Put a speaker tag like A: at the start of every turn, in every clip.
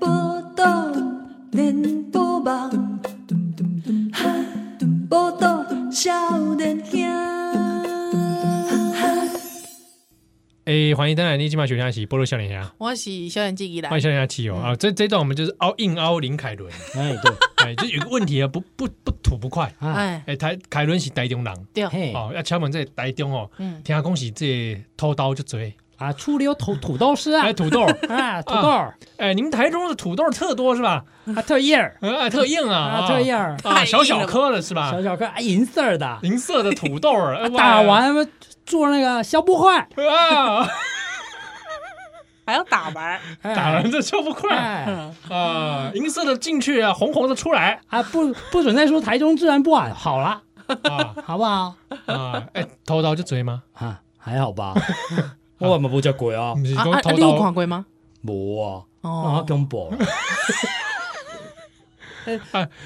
A: 报道连波网，报道少年兄。
B: 哎，欢迎当然，你今晚选下起波罗笑脸侠，
C: 我是小眼记忆啦
B: 欢，迎笑脸侠七友
D: 嗯
B: 啊！这这一段我们就是凹硬凹林凯伦，
D: 哎对，
B: 哎， 就有个问题啊，不不不吐不快。
D: 啊，
C: 哎，
B: 哎，台凯伦是台中人，
C: 对，
D: 嘿
B: 哦，要敲门这台中哦，
C: 嗯，
B: 听讲是这偷刀就追，
D: 啊，出溜土土豆丝啊
B: 哎，，土 豆，
D: 啊，土豆儿
B: 哎，你们台中的土豆特多是吧？
D: 啊，特叶儿
B: 哎，特硬啊，
D: 啊，特叶儿，
B: 啊，小小颗的是吧
D: 小？小颗，啊银色儿的，
B: 银色的土豆儿， 哎
D: 打完哎做那个消不坏，
B: 啊，
C: 还要打玩儿，
D: 哎
B: 打完这就不快
D: 哎
C: 嗯，
B: 啊，银色的进去啊，红红的出来
D: 啊，不不准再说台中治安不好，好了，
B: 啊
D: 好不好？
B: 啊，哎，偷刀就追吗？
D: 啊，还 好吧，我们不叫鬼哦
B: 不，是
C: 啊
B: 讲
C: 啊，啊
B: 偷
C: 你有看
B: 刀
C: 过吗？
D: 无啊，啊
C: 哦，
D: 更薄。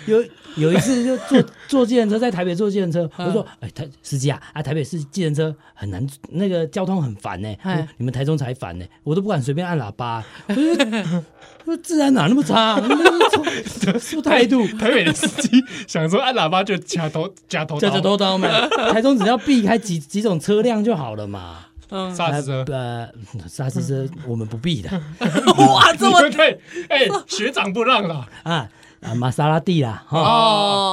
D: 有有一次就坐坐计程车，在台北坐计程车，我说：“哎，台司机啊，啊，台北市计程车很难，那个交通很烦呢、
C: 哎
D: 你们台中才烦呢、我都不敢随便按喇叭、我就我说治安哪那么差、你们这什么态度？
B: 台北的司机想说按喇叭就夹头夹头
D: 这
B: 刀，
D: 就都刀嘛，台中只要避开几几种车辆就好了嘛。
C: 嗯，
B: 刹车。
D: 呃，刹车车我们不避的
C: 哇，这么
B: 对，哎，学长不让了。
D: 啊啊，玛莎拉蒂啦哈。啊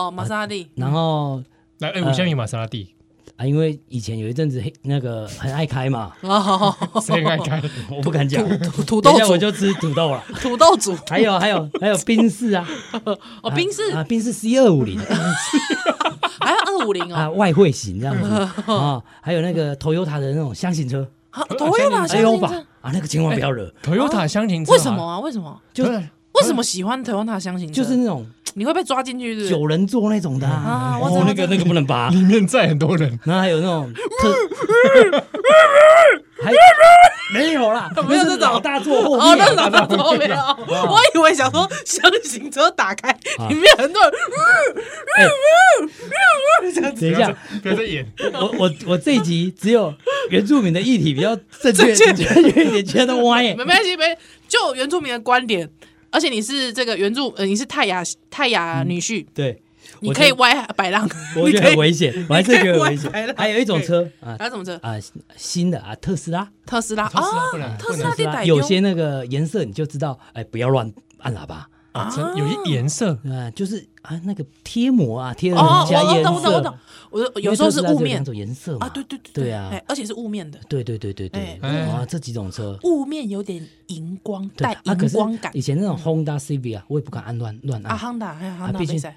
C: 哦，玛莎拉蒂，
D: 然后
B: 来，哎，五千米玛莎拉蒂，
D: 啊，因为以前有一阵子黑那个很爱开嘛，
C: 哦，
B: 谁敢开？
D: 我不敢讲，
C: 土土
D: 等
C: 豆
D: 一下
C: 煮，
D: 我就吃土豆了。
C: 土豆煮，
D: 还有还有还有宾士啊，
C: 哦，冰室哦
D: 啊，宾士 C 二 五零
C: 还有二五零
D: 啊，
C: 哦，
D: 外汇型这 样子啊，还有那个 Toyota 的那种箱型车，
C: 啊头有啦，
D: 哎
C: 相
D: 呦
C: 信
D: 吧
C: 这，
D: 啊，那个千万不要
C: 哎
D: 惹，
B: Toyota 箱型车
C: 为什么啊？为什么？
D: 就
C: 为什么喜欢台湾塔相型车？
D: 就是那种
C: 你会被抓进去，是不
D: 九人座那种的啊，
C: 啊我知道
D: 哦，那个那个不 能拔，
B: 里面载很多人，
D: 然后还有那种特， 还没有啦，
C: 没有
D: 那
C: 这
D: 是
C: 种
D: 老大坐后
C: 哦，
D: 面
C: 那哪到后 面啊？我以为想说箱型车打开，
D: 啊
C: 里面很多人，
D: 哎 等一下，
B: 不要再演。
D: 我我我这一集只有原住民的议题比较正确，正确一点，其他都歪 耶
C: 没。关系，没就原住民的观点，而且你是这个原住，呃，你是泰雅泰雅女婿，
D: 对，
C: 你
D: 嗯我
C: 可以
D: 觉得，
C: 歪白浪，
D: 我
C: 你
D: 觉得
C: 可以
D: 很危险，我还是觉得很危险
C: 你可以歪白。了
D: 还有一种车啊
C: 还有什么车？
D: 啊，新的啊，特斯拉，
C: 特斯拉
B: 特斯拉
C: 啊，
B: 不能，
C: 特
B: 不
C: 斯拉
B: 能
C: 地带
D: 有些那个颜色你就知道，哎，不要乱按喇叭
B: 啊，真有一颜色
D: 啊，就是啊那个贴膜啊，贴了
C: 哦，
D: 人
C: 我
D: 家
C: 我
D: 颜
C: 懂我懂我懂
D: 色，，
C: 我
D: 因
C: 有
D: 为
C: 时候
D: 特
C: 是
D: 斯拉
C: 雾
D: 只有两
C: 面
D: 种颜色嘛
C: 啊，对对对
D: 对啊
C: 哎而且是雾面的，
D: 对对对对对，
B: 哎
D: 啊这几种车。
C: 雾面有点荧光，
D: 对
C: 带
D: 啊，可
C: 荧
D: 是
C: 光感
D: 以前那种 Honda Civic 啊，我也不敢按乱乱
C: 啊，
D: 按，
C: 亨达还有
D: 啊
C: 亨达
D: 毕竟
C: 比赛，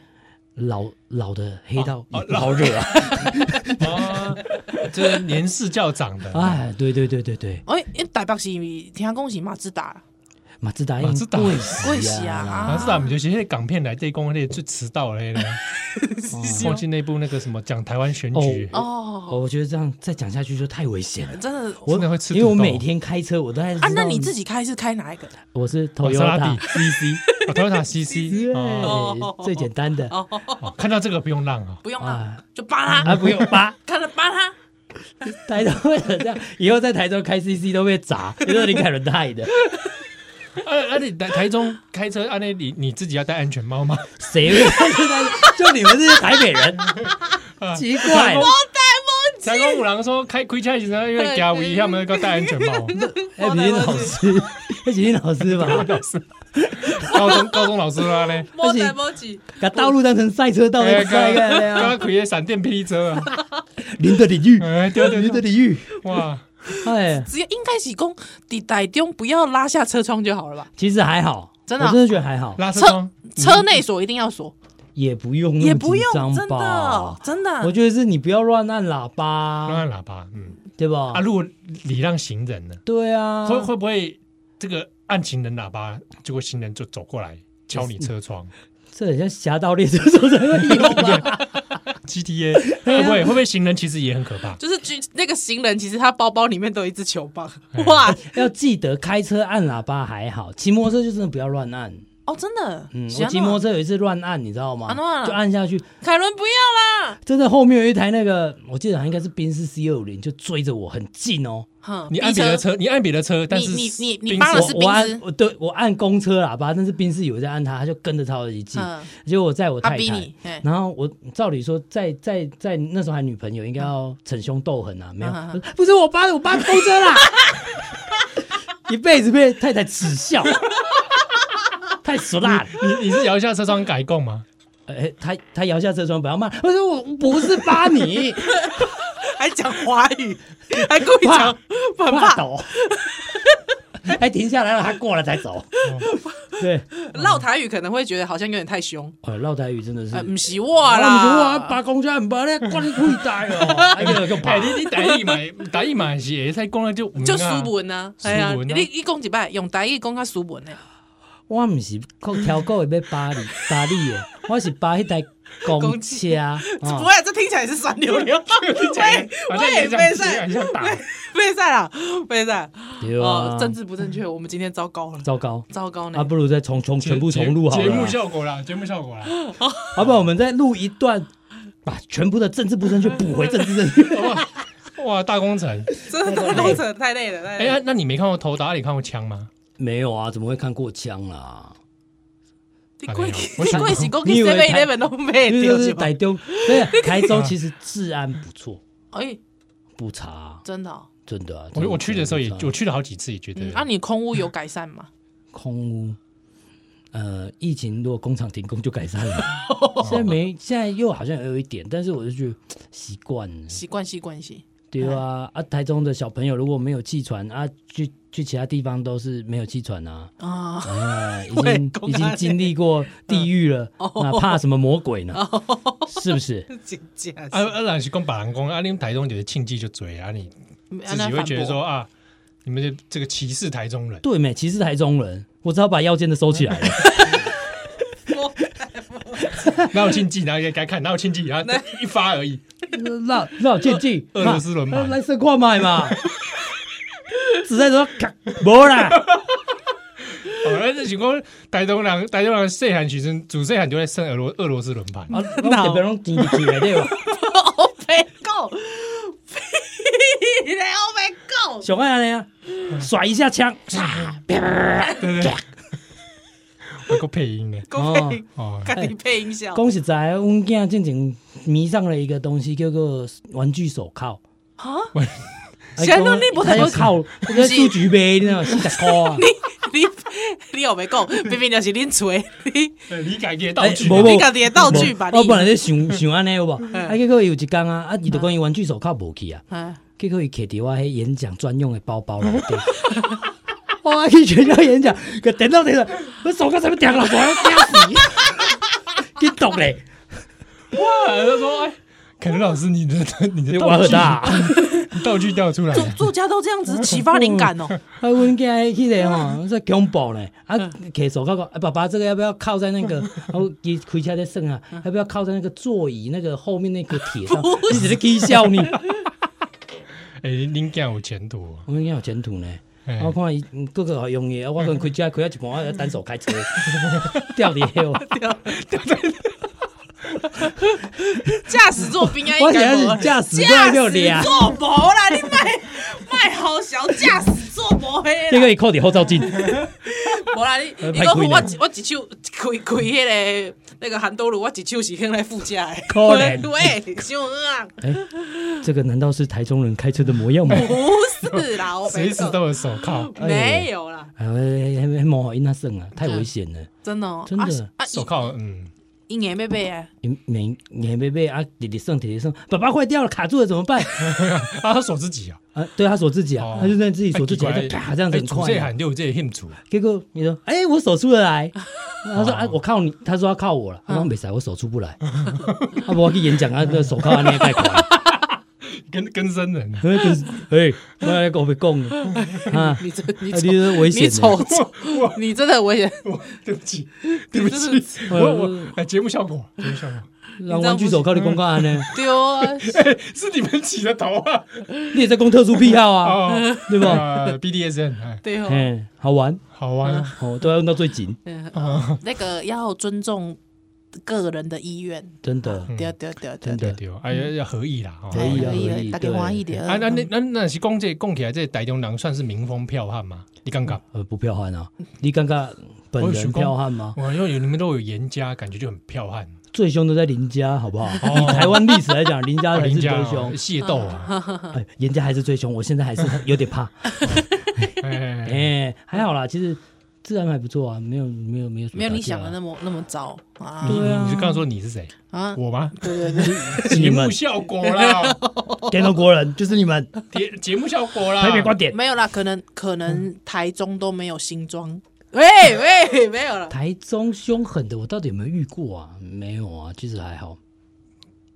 D: 老老的黑道
B: 哦
D: 也不好惹啊，
B: 啊，这年事较长的啊，
D: 哎，对对对对对，
C: 哎，因为台北是听恭喜马自达，
D: 马自达，
B: 马自达
D: 贵
C: 贵
D: 死
C: 死啊
B: 知道我们就是那港片来对公那最迟到嘞嘞，忘记那部那个什么讲台湾选举，
C: 哦，
D: 哦，我觉得这样再讲下去就太危险了。
C: 真的
D: 我
B: 真的会吃
D: 因为我
B: 土豆
D: 每天开车，我都在
C: 啊，那你自
D: 己
C: 己开是开哪一个？
D: 我是
B: 玛莎哦拉
D: 哦 Toyota
B: 蒂
D: CC，
B: 啊，Toyota CC 啊，
D: 对，最简单的
B: 哦看到这个不用让啊，
C: 不用
D: 啊
C: 了，就扒
D: 啊，
C: 他，
D: 不用扒。
C: 看着扒他。
D: 台中会这样，以后在台中开 CC 都被砸，因为林凯伦害的，
B: 啊啊，你台台中开车，啊 那你你自己要戴安全帽吗？
D: 谁会在？就你们这些台北人，奇怪，
B: 啊才光五郎说开开车的时候因为加五一下，我们要戴安全 帽。
D: 哎，比林老师，哎，比林老师吧，
B: 高中高中老师啦 嘞，
C: 摸来摸去，
D: 把道路当成赛车
C: 哦
D: 道来 开
B: 刚
D: 开啊！
B: 哎刚开的闪电霹雳车 啊，
D: 林的领域，
B: 哎对对对
D: 林的领域，
B: 哇！
D: 哎，
C: 只要应该是讲，你台中不要拉下车窗就好了吧？
D: 其实还好，
C: 真的啊
D: 我真的觉得还好，
B: 拉车
C: 车
B: 窗，
D: 嗯
C: 车内锁一定要锁，
D: 也不用那
C: 也
D: 么
C: 不用
D: 紧张，
C: 真的
D: 吧。
C: 真的。
D: 我觉得是你不要乱按喇
B: 乱
D: 叭，
B: 按喇叭，嗯
D: 对吧
B: 啊，？如果礼让行人呢？
D: 对
C: 嗯
D: 啊，
B: 会会不会这个按行人喇叭，结果行人就走过来敲你车 窗
D: 这很像侠盗猎车手才会有
C: 啊
D: 吧？
B: ？GTA 会不会会不会行人其实也很可怕？
C: 就是举那个行人，其实他包包里面都有一支球棒，哇！
D: 要记得开车按喇叭还好，骑摩托车就真的不要乱按。
C: 哦，真的，
D: 嗯，
C: 是
D: 我
C: 啊
D: 骑摩托车有一次乱按，你知道吗
C: 啊那？
D: 就按下去，
C: 凯伦不要啦，
D: 真的后面有一台那个，我记得好像应该是宾士 C 二五零，就追着我很近哦。
C: 哼
B: 你按别的，车，你按别的车，但是
C: 你你你
B: 宾
C: 扒
B: 士
C: 了是
D: 我我
C: 宾
D: 按
C: 士
D: 我对我按公车喇叭，但是宾士有在按他，他就跟着超级近
C: 嗯，
D: 结果我载我
C: 他
D: 太
C: 逼
D: 太
C: 你。，嘿
D: 然后我照理说在，在在那时候还女朋友，应该要逞凶斗狠啊，没有，
C: 嗯嗯
D: 我说不是我扒的，我扒公车啦， 一辈子被太太耻笑， 太俗辣了。
B: 你你是摇一下车窗改供吗？
D: 哎、他他摇下车窗，不要骂，我说我不是 扒你，
C: 还讲华语，还故意
D: 怕
C: 讲，很
D: 怕
C: 怕
D: 抖， 还停下来了，他过了才走。
C: 嗯
D: 对，
C: 绕台语可能会觉得好像有点太凶，
D: 哦，绕台语真的是。
C: 呃，不是我
D: 啊你说
C: 啦，
D: 我把公车很白咧，关你屁呆 哦！哎，这个就
B: 哎，
D: 白，
B: 你你打一 买打一买是会使讲了就有啊
C: 就苏 文啊，哎呀，
B: 斯文啊
C: 你你讲一摆，用台语讲较苏文呢，
D: 我唔是挑过要巴黎巴黎的，我是巴迄台公
C: 公
D: 车。
C: 不
D: 哦
C: 会，啊这听起来是酸溜溜， 喂
B: 好像
C: 喂，
B: 也
C: 备
B: 像
C: 赛
B: 很，像打。
C: 备赛啦，备赛，
D: 对
C: 哦
D: 啊，，
C: 政治不正确，我们今天糟糕了，
D: 糟糕
C: 糟糕呢
B: 哎
D: 啊，，不如再重重全部重录好
B: 节目
D: 了，啊
B: 效果啦，节目效果啦，
D: 好不好？我们再录一段，把全部的政治不正确补回政治正确。
B: 哇，大工程！
C: 真的太扯，太累了，太
B: 哎
C: 累
B: 呀
C: 了。，
B: 那你没看过头打，你看过枪吗？
D: 没有啊，怎么会看过枪啊啦？
C: 你贵
B: 啊没有
C: 你
B: 我想
C: 贵是讲
D: 你以
C: 去
D: 为
C: Seven
D: 台
C: Eleven 都
B: 哎
C: 没
D: 因为
C: 丢
D: 就
C: 是
D: 是
C: 吧
D: 台中，对，台中其实治安不错，
C: 哎，
D: 不差啊，
C: 真的哦，
D: 真的啊。真
B: 我我去的时候也
D: 不差
B: 我去了好几次，也觉得
C: 嗯，啊，你空屋有改善吗？
D: 空屋，呃，疫情如果工厂停工就改善了，现在没，现在又好像有一点，但是我就觉得习惯了，
C: 习惯习惯系，
D: 对啊，啊，台中的小朋友如果没有气喘啊，去去其他地方都是没有气喘啊，
C: 啊，
D: 哎，已
C: 喂
D: 经
C: 公
D: 已
C: 安
D: 经
C: 欸
D: 经历过地狱了，那怕什么魔鬼呢？是不是？
C: 真假
B: 啊啊，那是讲把人讲啊，你们台中就是庆忌就嘴啊，你自己会觉得说啊，你们这这个歧视台中人，
D: 对没？歧视台中人，我只好把药监的收起来了。
B: 哪有庆忌，哪有该看，哪有庆忌， 然后一发而已，
D: 绕绕禁忌，
B: 俄罗斯轮盘
D: 啊来生矿买嘛。只在说，咔没啦，
B: 哦，那这情况台中人，台中人细汉学生，主细汉就在生俄罗俄罗斯轮盘，
D: 啊，我特别拢钱入去的对吧？
C: 我没够，屁嘞，我没 够，
D: 上爱安尼
C: 嗯
D: 啊，甩一 下枪，
B: 有个配音的
C: 公
D: 哦
C: 配，
B: 哦，
C: 赶紧配音效
D: 讲实在的，阮囝最近迷上了一个东西，叫做玩具手铐。
C: 啊！
D: 哎
C: 现在都你不
D: 他
C: 太
D: 要铐，他要数据呗，你知道吗？四十块啊。
C: 你你有没够？明明就是恁锤，你
B: 呃理解这个道具
D: 哎没
B: 嘛，
D: 没
C: 你家己的道具吧？
D: 无我
C: 你
D: 本来在想想安尼有无？啊，
C: 嗯
D: 结果伊有一天啊，啊，伊就讲伊玩具手铐无去啊，
C: 哎
D: 结果伊摕伫我迄演讲专用的包包内 底。我去学校演讲，个电到电到，我手铐怎么掉了？我要惊 死！你懂嘞？
B: 他说哎，凯伦老师，你的你的
D: 你玩
B: 道
D: 很
B: 具
D: 大。
B: 道具掉出来啊
C: 作
B: 了，
C: 作家都这样子启发灵感哦。
D: 啊，阮囝迄迄个吼，说恐怖呢，啊，摕手铐讲，啊，爸爸这个要不要靠在那 个，啊，我伊开车在算啊，要不要靠在那个座椅那个后面那个铁 上？你只是讥笑 你。
B: 哎，您敢有前途啊，
D: 我们囝有前途呢，
B: 哎
D: 我看伊嗯各个好用的，啊我可能开车开到一半，我要单手开车， 掉伫迄哦。
C: 驾驶座兵啊，应
D: 我
C: 该
D: 想
C: 没
D: 要
C: 有
D: 是驾驶
C: 驾
D: 座就
C: 驶
D: 俩，
C: 座无啦，你卖卖好小驾驶座无黑
D: 这
C: 啦，
D: 个伊靠伫后照镜，
C: 无无啦，你
D: 呃
C: 你
D: 歹
C: 讲
D: 开
C: 我
D: 呢
C: 一我一手开开迄个那个韩多鲁，我一手是用来副驾的，
D: 可 怜
C: 对，像啊，
D: 哎，这个难道是台中人开车的模样吗？
C: 不是啦，
D: 哦
C: 我 没
B: 随时
C: 说
B: 都有手铐，
D: 哎
C: 没有啦，
D: 哎，还毛好因那剩啊，太危险了。
C: 真的哦，
D: 真的
C: 啊，
B: 手铐，嗯，
C: 一年妹妹哎，
D: 你免免被被啊，弟弟剩弟弟剩，爸爸坏掉了，卡住了怎么办？
B: 啊，他锁自己啊，
D: 啊，对他锁自己啊
B: 哦，
D: 他就认自己
B: 哎
D: 锁自己，
B: 奇怪
D: 就啪这样子很
B: 哎
D: 快
B: 主这
D: 啊。
B: 喊六这喊主，
D: 结果你说，哎，我手出得来，他
B: 哦
D: 说啊，我靠你，他说他靠我了，他说没事，我手出不来，啊，我去演讲啊，这手铐啊，你也太快了，
B: 跟跟生 人，
D: 哎真是哎，我来跟我被供了啊，
C: 你这你
D: 啊你这危险
C: 你丑 丑，你真的很危险，
B: 我对不起， 对不
C: 你真
B: 起，
D: 哎
B: 我
D: 呦
B: 我哎，节目效果，节目效果，
D: 让玩具手铐的公告案呢，
C: 对啊，
B: 哎，是你们起的头啊，
D: 你也在供特殊癖好啊，
B: 哦，
D: 对吧？
B: 呃，BDSN，哎，
C: 对哦，
D: 嗯，好玩
B: 好玩啊，
D: 哦，都要用到最紧，
B: 啊，
C: 那个要尊重个人的意愿，
D: 真的
B: 嗯
C: 对啊对对对
D: 真 的
C: 对，
B: 对对，哎要要合意啦，哦
D: 可以
C: 可
D: 啊可以
C: 以，大家
D: 对
C: 欢喜点
B: 啊，那那那那是讲这讲起来，这台中人算是民风剽悍吗？你感觉？
D: 呃不彪悍啊，你刚刚本
B: 我有
D: 人
B: 想讲
D: 彪悍吗？
B: 哇，因为你们都有严家，感觉就很剽悍。
D: 最凶都在林家，好不好？
B: 哦
D: 以台湾历史来讲，林家才
B: 人
D: 啊是最
B: 家哦
D: 凶，
B: 械斗啊，
D: 哎，人家还是最凶，我现在还是有点怕。
B: 哎，
D: 哎，还好啦，其实治安还不错啊，没有没有没有什么
C: 没有
D: 打
C: 你
D: 架
C: 想的
D: 啊
C: 那么那么糟啊
B: 你
D: 对啊
B: 你是刚刚说你是谁？
C: 啊，
B: 我吗？
C: 对对对，
D: 你
B: 节
D: 们
B: 目效果啦，
D: 天龙国人就是你们
B: 节节目效果啦，
D: 台北观点。
C: 没有啦，可能可能台中都没有新装， 喂喂，没有了，
D: 台中凶狠的，我到底有没有遇过啊？没有啊，其实还好。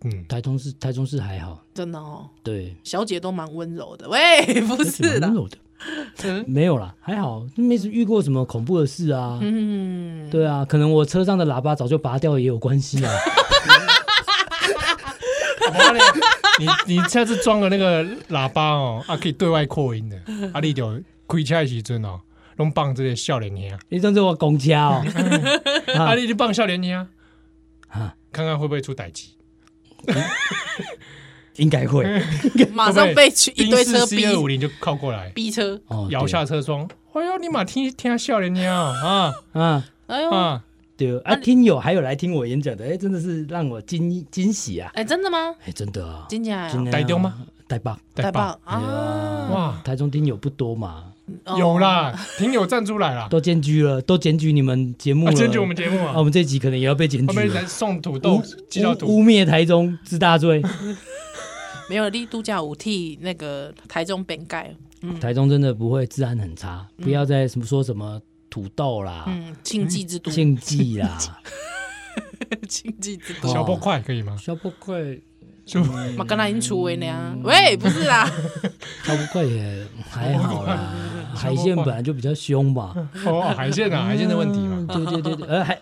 B: 嗯，
D: 台中市台中市还好，
C: 真的哦，
D: 对，
C: 小姐都蛮温柔的，喂， 不是啊
D: 蛮
C: 啦，
D: 柔的， 没有啦，还好，没遇过什么恐怖的事啊。
C: 嗯，
D: 对啊，可能我车上的喇叭早就拔掉也有关系啊。
B: 哇嘞 你你下次装了那个喇叭哦，啊可以对外扩音的，啊你就开车的时阵哦，拢放这个笑脸兄，
D: 你当时我公车哦，
B: 啊
D: 啊
B: 你就放笑脸兄，
D: 啊，
B: 看看会不会出歹机。
D: 应该会
C: 马上被去一堆车逼
B: C 二五零就靠过来，
C: 逼车，
D: 哦，
B: 摇下车窗，哎呦你妈听听笑脸兄哦
D: 对啊。
C: 哎
B: 啊
C: 呦，
B: 啊，
D: 对啊，听友还有来听我演讲的，哎，真的是让我惊惊喜啊！
C: 哎，真的吗？
D: 哎，真的啊，
C: 真假？
D: 今天
B: 台中吗？
D: 台北，哎
C: 太
B: 太棒
C: 棒啊！
B: 哇！
D: 台中听友不多嘛，
C: 哦
B: 有，啦，挺有站出来啦，
D: 都检举了，都检举你们节目
B: 啊，
D: 了，
B: 坚决我们节目
D: 啊，
B: 啊
D: 我，们这集可能也要被检
B: 后
D: 举
B: 面
D: 了哦
B: 来，送土
D: 污
B: 豆寄到
D: 污
B: 土
D: 污蔑台中之大罪。
C: 没有立度假舞替那个台中本啊盖，
D: 台中真的不会治安很差，不要再什么说什么土豆啦、
C: 嗯，庆忌之都，
D: 庆忌啦、
C: 庆忌之
D: 哦
C: 都，
B: 小波块可以吗？
D: 小不快、
B: 就
C: 嘛，刚才已经出围了呀，喂，不是啦，
D: 小不快 也还好啦，海
B: 小
D: 鲜
B: 不
D: 本
B: 快
D: 来就比较凶吧。
B: 哦，海鲜啊，海鲜的问题嘛
D: 嗯，对对对对，呃，海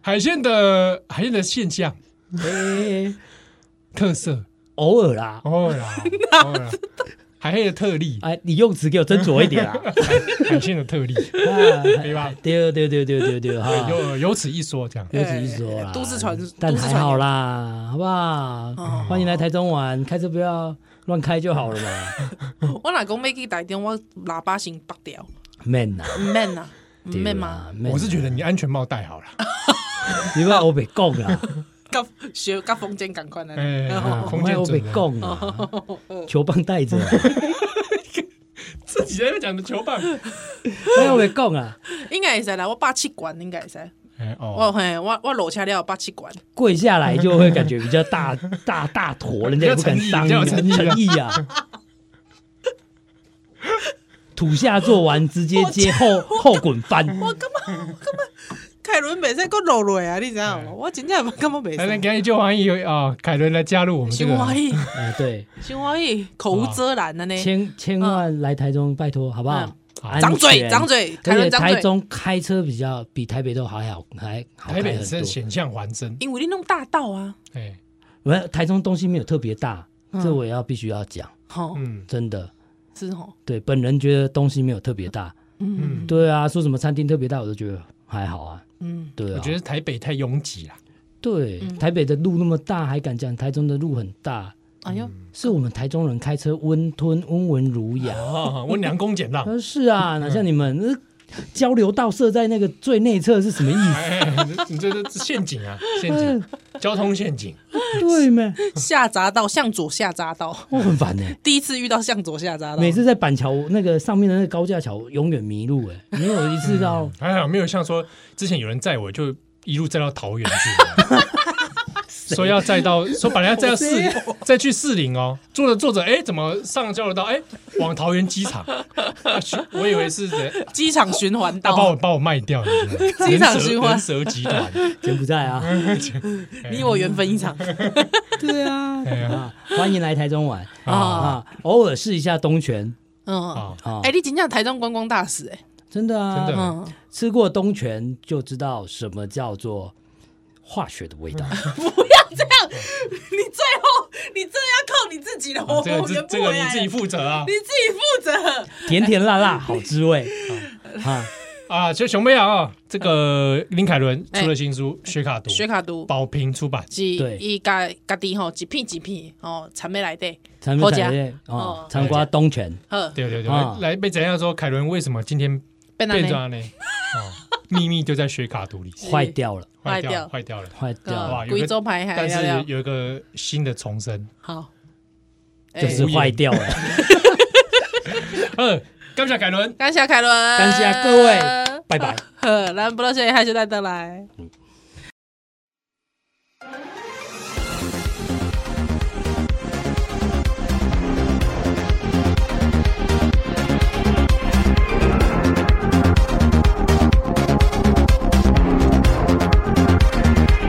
B: 海鲜的海鲜的现象
D: 哎，
B: 特色，
D: 偶尔啦，
B: 哦啦，哦啦，海鲜的特例，
D: 哎，你用词给我斟酌一点 啊。
B: 海鲜的特例，
D: 啊
B: 对吧？
D: 对对对对对对，哈，
B: 有有此一说，这样
D: 有此一说啦。
C: 哎都市传
D: 但
C: 都市
D: 还
C: 传
D: 好
C: 言哦
D: 啦，好不好？欢迎来台中玩，开车不要乱开就好 了嘛。
C: 我老公要去台中，我喇叭先拔掉，
D: man 呐，
C: 唔免啦，唔
D: 对
C: 免
D: 啦
C: 嘛，
D: ，man 啊
B: 我是觉得你安全帽戴好了，
D: 你不要我被供啦，
C: 甲学甲风筝赶快的，
B: 哎
C: 然
D: 啊
C: 后
B: 空
D: 我
B: 间
D: 要我被
B: 准的
D: 供啦， 球棒带着啊，
B: 自己在那边讲的球棒，
D: 我要我被供啊，
C: 应该会使啦，我霸气管应该会使，
B: 哎
C: 我
B: 哦，
C: 嘿我我落车了霸气 管，
D: 跪下来就会感觉比较大 大大坨，人家也不敢当，
B: 比较诚意比较有
D: 诚意啊。土下做完直接接后后滚翻，
C: 凯伦袂使搁落落啊，你知道
D: 嗯
C: 吗？我真正感觉袂
B: 来来，
C: 使，
B: 赶紧就欢迎啊，凯伦来加入我们这
C: 想
B: 个，
C: 欢 喜，
D: 哎对，
C: 想欢喜，口无遮拦的呢，
D: 千千万来台中，拜托，好不好
C: 哎嗯？
D: 哦安
C: 张嘴
D: 全
C: 张嘴，凯
D: 而且
C: 伦张
D: 台
C: 嘴，
D: 中开车比较比台北都还好，还好
B: 台
D: 开
B: 北
D: 很
B: 是
D: 多。
B: 险象环生，
C: 因为你弄大道啊，
B: 哎，
D: 我要台中东西没有特别大，
C: 嗯
D: 这我也要必须要讲，
C: 吼，
B: 嗯
D: 真的。
C: 是吼，
D: 对，本人觉得东西没有特别大。
B: 嗯。
D: 对啊，说什么餐厅特别大，我都觉得还好啊。
C: 嗯，
D: 对啊，
B: 我觉得台北太拥挤了，
D: 对，台北的路那么大，还敢讲台中的路很大，
C: 哎呦，
B: 嗯
D: 是我们台中人开车温吞温文儒雅。
B: 啊哦，温良恭俭让，
D: 呃是啊，哪像你们，呃交流道设在那个最内侧是什么意思？
B: 哎，你这是陷阱啊，陷阱，交通陷阱。
D: 对没？
C: 下匝道向左下匝道，
D: 我很烦呢、
C: 第一次遇到向左下匝道，
D: 每次在板桥那个上面的那个高架桥，永远迷路哎、没有一次到
B: 还好没有像说之前有人载我就一路载到桃园 去，说要载到说本来要载到士再去士林哦，坐着坐着哎怎么上交流道哎往桃园机 场，啊去我以为是人
C: 机场循环
B: 他把我
D: 哦
C: 道，
B: 把我卖掉， 你知道吗
C: 哦机场
B: 人蛇
C: 循环
B: 人蛇集 团，
D: 柬埔寨啊。
B: 嗯
C: 你我缘分一 场
D: 对啊，
B: 哎呀
D: 啊，欢迎来台中玩
C: 啊，
D: 啊，偶尔试一下东泉
C: 嗯，
B: 啊
D: 啊
C: 哎，，你真正台中观光大使哎，
D: 真的啊，
B: 真的
C: 嗯，
D: 吃过东泉就知道什么叫做化学的味道。
B: 嗯
C: 你最后你这要靠你自己了，我
B: 啊
C: 哦我
B: 这个这
C: 圆不
B: 这个
C: 回
B: 你自
C: 来了，
B: 己
C: 你
B: 负责啊
C: 自己负责。
D: 甜甜辣 辣，好滋味啊！啊
B: 啊！所以熊妹啊哦，这个林凯伦
C: 哎
B: 出了新书《学卡读》，
C: 学卡都
B: 宝瓶出版，
C: 是
D: 对
C: 伊家家己吼一片一片吼产品来底，
D: 产品
C: 好
D: 产
C: 吃
D: 业
C: 哦
D: 啊，长瓜东泉，
C: 呵，
B: 对对对
D: 啊，
B: 来被怎样说凯伦为什么今天
C: 变
B: 变
C: 安
B: 成
C: 尼
B: 这样呢？哦，秘密就在学卡读里，
D: 坏掉了，
B: 坏
C: 坏
B: 掉
C: 掉
B: 坏掉了。
D: 坏掉了，
B: 哇
C: 呃，
B: 有个
C: 贵州牌还
B: 但
C: 聊聊
B: 是有一个新的重生，
C: 好，哎
D: 就是坏掉了。
B: 嗯，感谢凯伦。
C: 感谢凯伦，
D: 感谢各位，拜拜。
C: 呵，咱不落雪，还是带得来。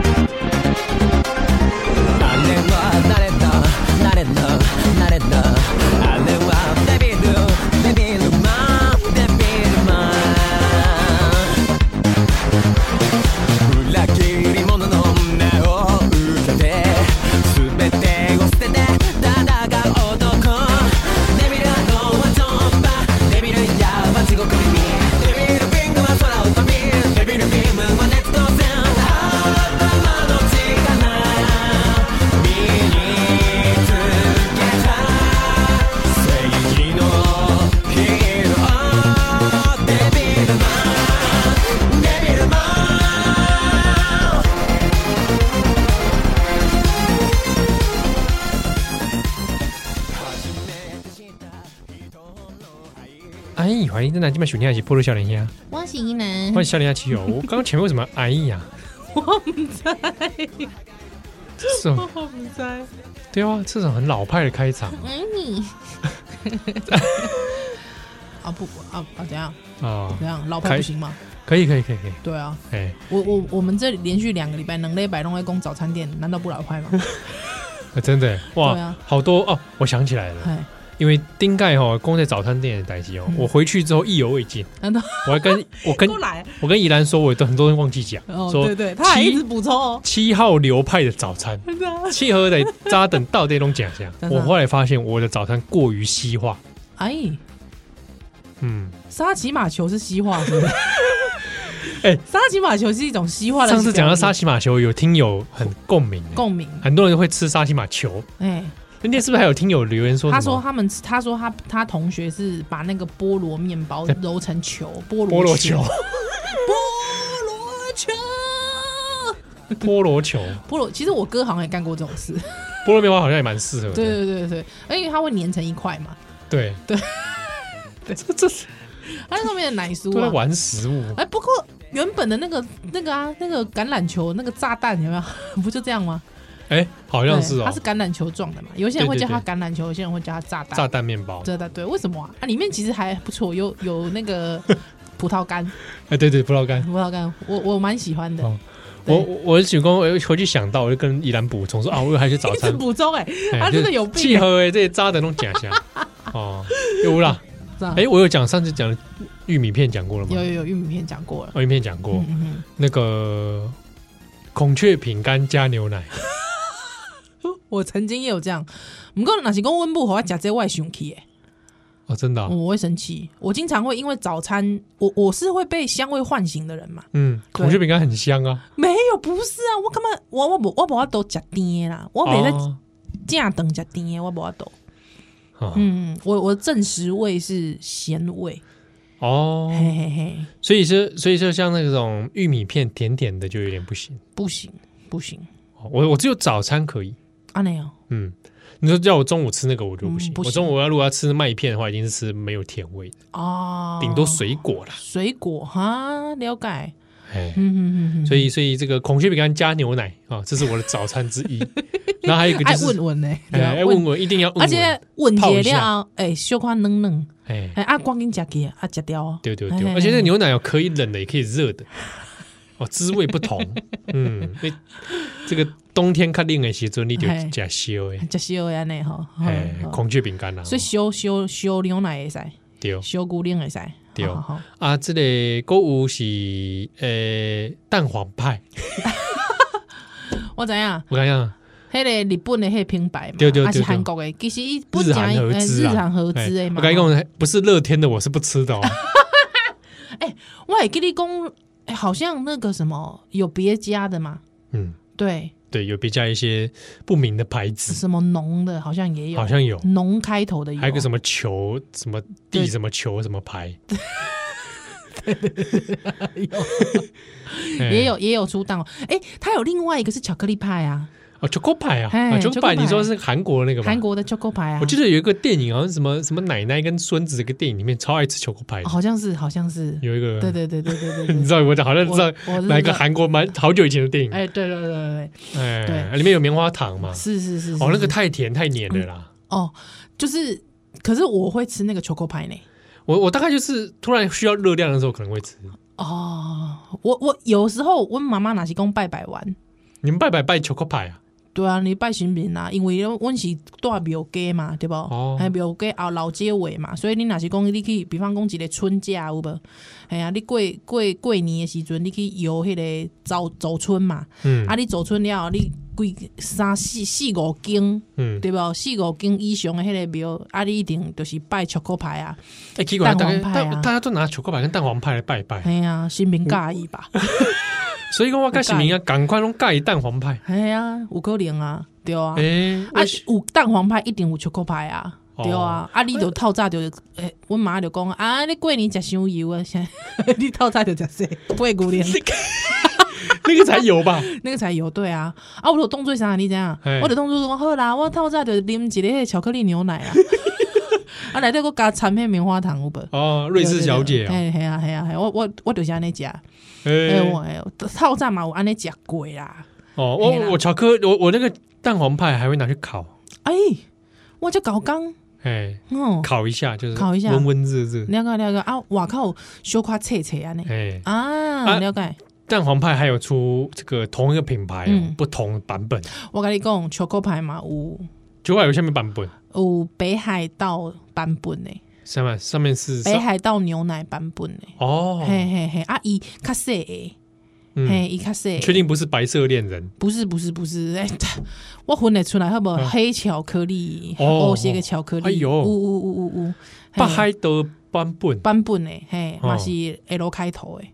E: あれは誰だ誰だ誰だあれはデビルデビルマンデビルマン裏切り者の名を受けて全てを捨ててただが男デビルのはゾンバデビルヤは地獄耳デビルビングは空を飛びデビルビームは熱動線頭の力「身につけた」「正義のヒーロー」「デビルマンデビルマン」「初めて知った人の愛」
B: 哎，欢迎在南京麦雪天还是波罗笑脸呀？
C: 我是伊
F: 嗯
C: 能
B: 欢迎笑脸呀，七友。啊哦我刚刚前面为什么哎呀？我不在。这种
C: 我不知，
B: 对啊，这种很老派的开场
C: 嗯你。啊不啊啊！怎样
B: 啊
C: 怎，样？老派不行吗？
B: 可以可以可以可以。
C: 对啊，
B: 哎，
C: 我我我们这里连续两个礼拜能类摆弄外公早餐店，难道不老派 吗？
B: 呃真的
C: 对
B: 哇
C: 啊，
B: 好多哦！我想起来了，
C: 哎，
B: 因为丁盖哈公在早餐店的代机哦，我回去之后意犹未尽，
C: 难道
B: 我还 跟我跟
C: 不来？
B: 我跟怡兰说，我都很多人忘记讲，
C: 哦，
B: 说
C: 对对，他还一直
B: 七
C: 补充哦，
B: 七号流派的早 餐。
C: 真的啊。。
B: 契合得扎等到这种假象
C: 真的
B: 我
C: 啊
B: 后来发现我的早餐过于西化，
C: 哎，
B: 嗯，
C: 沙琪玛球是西化是不是？
B: 哎
C: 沙琪玛球是一种西嗯化的表
B: 上
C: 现。
B: 次讲到沙琪玛球，有听友很共鸣，
C: 共鸣，
B: 很多人会吃沙琪玛球。
C: 哎，
B: 那天是不是还有听友留言说什么？
C: 他说他们，他说他他同学是把那个菠萝面包揉成球，菠
B: 菠
C: 萝
B: 萝球，
C: 菠萝球，
B: 菠萝球，
C: 菠萝。其实我哥好像也干过这种事，
B: 菠萝面包好像也蛮适合的。
C: 对对对对，而且它会粘成一块嘛，
B: 对对这这是
C: 它那上面的奶酥
B: 都在
C: 啊。
B: 玩食物，
C: 哎，不过原本的那个那个啊，那个橄榄球那个炸弹有没有？ 不就这样吗？
B: 哎，好像是
C: 对它
B: 哦
C: 是，橄榄球状的嘛。有些人会
B: 对
C: 叫
B: 对
C: 它
B: 对
C: 橄榄球，有些人会叫它炸弹。
B: 炸弹面包。
C: 这的对，为什么啊？啊，里面其实还不错，有有那个葡萄干，
B: 哎，对对，葡萄干。
C: 葡萄干，我我蛮喜欢的
B: 哦。
C: 对
B: 我我我许光，我回去想到，我就跟怡兰补充说啊，我有还去早
C: 一 直
B: 餐
C: 补充哎、
B: 哎
C: 他真的有
B: 就是
C: 病
B: 契合欸诶，这些渣的那种假象 哦，有啦。
C: 是吧
B: 哎、我有讲上次讲的玉米片讲过了吗？
C: 有有有玉米片讲过了，
B: 哦，玉米片讲过、
C: 嗯嗯
B: 那个孔雀饼干加牛奶，
C: 嗯，我曾经也有这样，不过若是讲温布和我假这外熊气哎，
B: 哦，真的啊、
C: 我会生气，我经常会因为早餐，我我是会被香味唤醒的人嘛，
B: 嗯，孔雀饼干很香啊，
C: 没有不是啊，我干嘛我我不我不要都吃甜的啦，我每在
B: 哦
C: 正等吃嗯甜的，我不要都，
B: 哦
C: 嗯，我我正食味是咸味，
B: 哦，
C: 嘿嘿嘿，
B: 所以是所以就像那种玉米片甜甜的就有点不行。
C: 不行不行，
B: 哦我我只有早餐可以，
C: 啊那样，
B: 嗯，你说叫我中午吃那个我就不行，
C: 嗯不行
B: 我中午要如果要吃麦片的话，一定是吃没有甜味的，
C: 哦，
B: 顶多水果啦。
C: 水果哈，了解，
B: 哎、
C: 嗯嗯嗯，
B: 所以所以这个孔雀饼干加牛奶啊，这是我的早餐之 一。然后还有一个就
C: 爱
B: 是
C: 问 问呢，
B: 哎哎问，我一定要问我，
C: 而且问
B: 泡一
C: 解
B: 下
C: 了，哎，小可嫩嫩，
B: 哎
C: 哎，啊，光跟食起啊，食掉啊，
B: 对对
C: 嘿
B: 对，
C: 嘿
B: 而且那
C: 嘿
B: 牛奶哦，可以冷的，也可以热的，哦，滋味不 同。嗯，那这个冬天看另的时阵，你就
C: 嘿
B: 加烧诶，
C: 食烧的安尼吼，好
B: 哎，
C: 好
B: 孔雀饼干啦，
C: 哎所以烧烧烧牛奶会使，
B: 对
C: 烧牛奶会使，
B: 对
C: 好好好
B: 啊，这个购物是呃蛋黄派，
C: 我知影。
B: 我看一下，
C: 迄个日本的迄个品牌嘛，
B: 对对对
C: 还是
B: 对
C: 韩国的，其实伊不
B: 日韩合资
C: 日
B: 啊，
C: 韩合资
B: 哎
C: 的嘛。
B: 我跟你讲，不是乐天的，我是不吃的哦。
C: 我也跟你讲，哎好像那个什么有别家的嘛，
B: 嗯，
C: 对，
B: 对，有别加一些不明的牌子，
C: 什么农的，好像也有，
B: 好像有，
C: 农开头的有，
B: 还有个什
C: 么
B: 么球，什么地，
C: 对
B: 什么球，什么牌， 哎
C: 也有也有出蛋哦。哎，它有另外一个是巧克力派啊，
B: 哦，巧克派啊，
C: 哎
B: 啊，巧克派，
C: Choco Pie
B: 你说是韩国那个吧？
C: 韩，国的巧克力派啊，
B: 我记得有一个电影，好像什么什么奶奶跟孙子的一个电影里面，超爱吃巧克派
C: 哦
B: 的，
C: 好像是好像是，
B: 有一个，
C: 对对对对对 对
B: 你知
C: 对，
B: 道我好像
C: 我
B: 知道
C: 我知
B: 哪一个
C: 道
B: 韩国蛮好久以前的电影，
C: 哎对对对对
B: 哎，
C: 对
B: 里面有棉花糖嘛
C: 对，，是是是，
B: 哦，
C: 是
B: 那个
C: 是
B: 太甜太黏了啦。
C: 哦就是，可是我会吃那个巧克力派呢。
B: 我我大概就是突然需要热量的时候可能会吃。
C: 哦，我我有时候我妈妈若是讲拜拜完，
B: 你们拜拜拜巧克派啊？
C: 对啊，你拜神明啊，因为阮是住庙街嘛，对
B: 哦
C: 无？还庙街后老街尾嘛，所以你若是讲你去，比方讲一个春假有无？哎呀，你过过过年的时阵，你去游迄个走走村嘛，
B: 嗯
C: 啊，你走村了，你规三四四五间，
B: 嗯，
C: 对无？四五间以上的迄个庙，啊，你一定就是拜巧克牌啊，
B: 哎，奇怪，大
C: 蛋
B: 概
C: 黄派啊
B: 大大家都拿巧克派跟蛋黄派来拜拜，
C: 哎呀，神明介意吧？
B: 所以讲我开始明啊，赶快弄盖蛋黄派。
C: 哎呀，有可能啊，对啊。
B: 哎，
C: 啊
B: 我是，
C: 有蛋黄派一定有巧克力派啊，
B: 哦
C: 对啊，啊，你就透早就，诶，阮妈就讲啊，你过年食伤油啊， 现在你透早就食这八姑娘，
B: 那个才有吧？
C: 那个才有对啊，啊，我就当做啥，你知影
B: 嘿，
C: 我就当做讲好啦，我透早就啉一个迄巧克力牛奶 啊，啊，内底我加掺迄棉花糖有无？
B: 哦，瑞士小姐啊，
C: 哎，系啊系啊系，我我我就是安尼食，哎我
B: 哎，
C: 哎我透早嘛有安尼食过啦，
B: 哦，
C: 嘿啦
B: 我我巧克我我那个蛋黄派还会拿去烤，
C: 哎，我就搞讲，
B: 哎，
C: 哦，
B: 烤一下就是
C: 烤一下
B: 温温热热。
C: 了解了解啊，外口小可切切安尼。
B: 哎，啊
C: 啊，了解。
B: 蛋黄派还有出这个同一个品牌哦
C: 嗯
B: 不同版本，
C: 我跟你讲，巧克牌嘛有
B: 九百有下面版本。
C: 有北海道版本的，
B: 上面上面是啊
C: 北海道牛奶版本的。
B: 哦，
C: 嘿嘿嘿，啊，伊较细的，
B: 嗯，
C: 嘿，伊较细
B: 你
C: 的。
B: 确定不是白色恋人？
C: 不是不是不是，哎， 他我分得出来，好不好？黑巧克力，
B: 啊哦
C: 黑色的巧克力，
B: 哎呦
C: 呜呜呜呜呜，
B: 北
C: 嘿
B: 海道版本
C: 版本的，嘿，
B: 哦
C: 嘛是 L 开头的，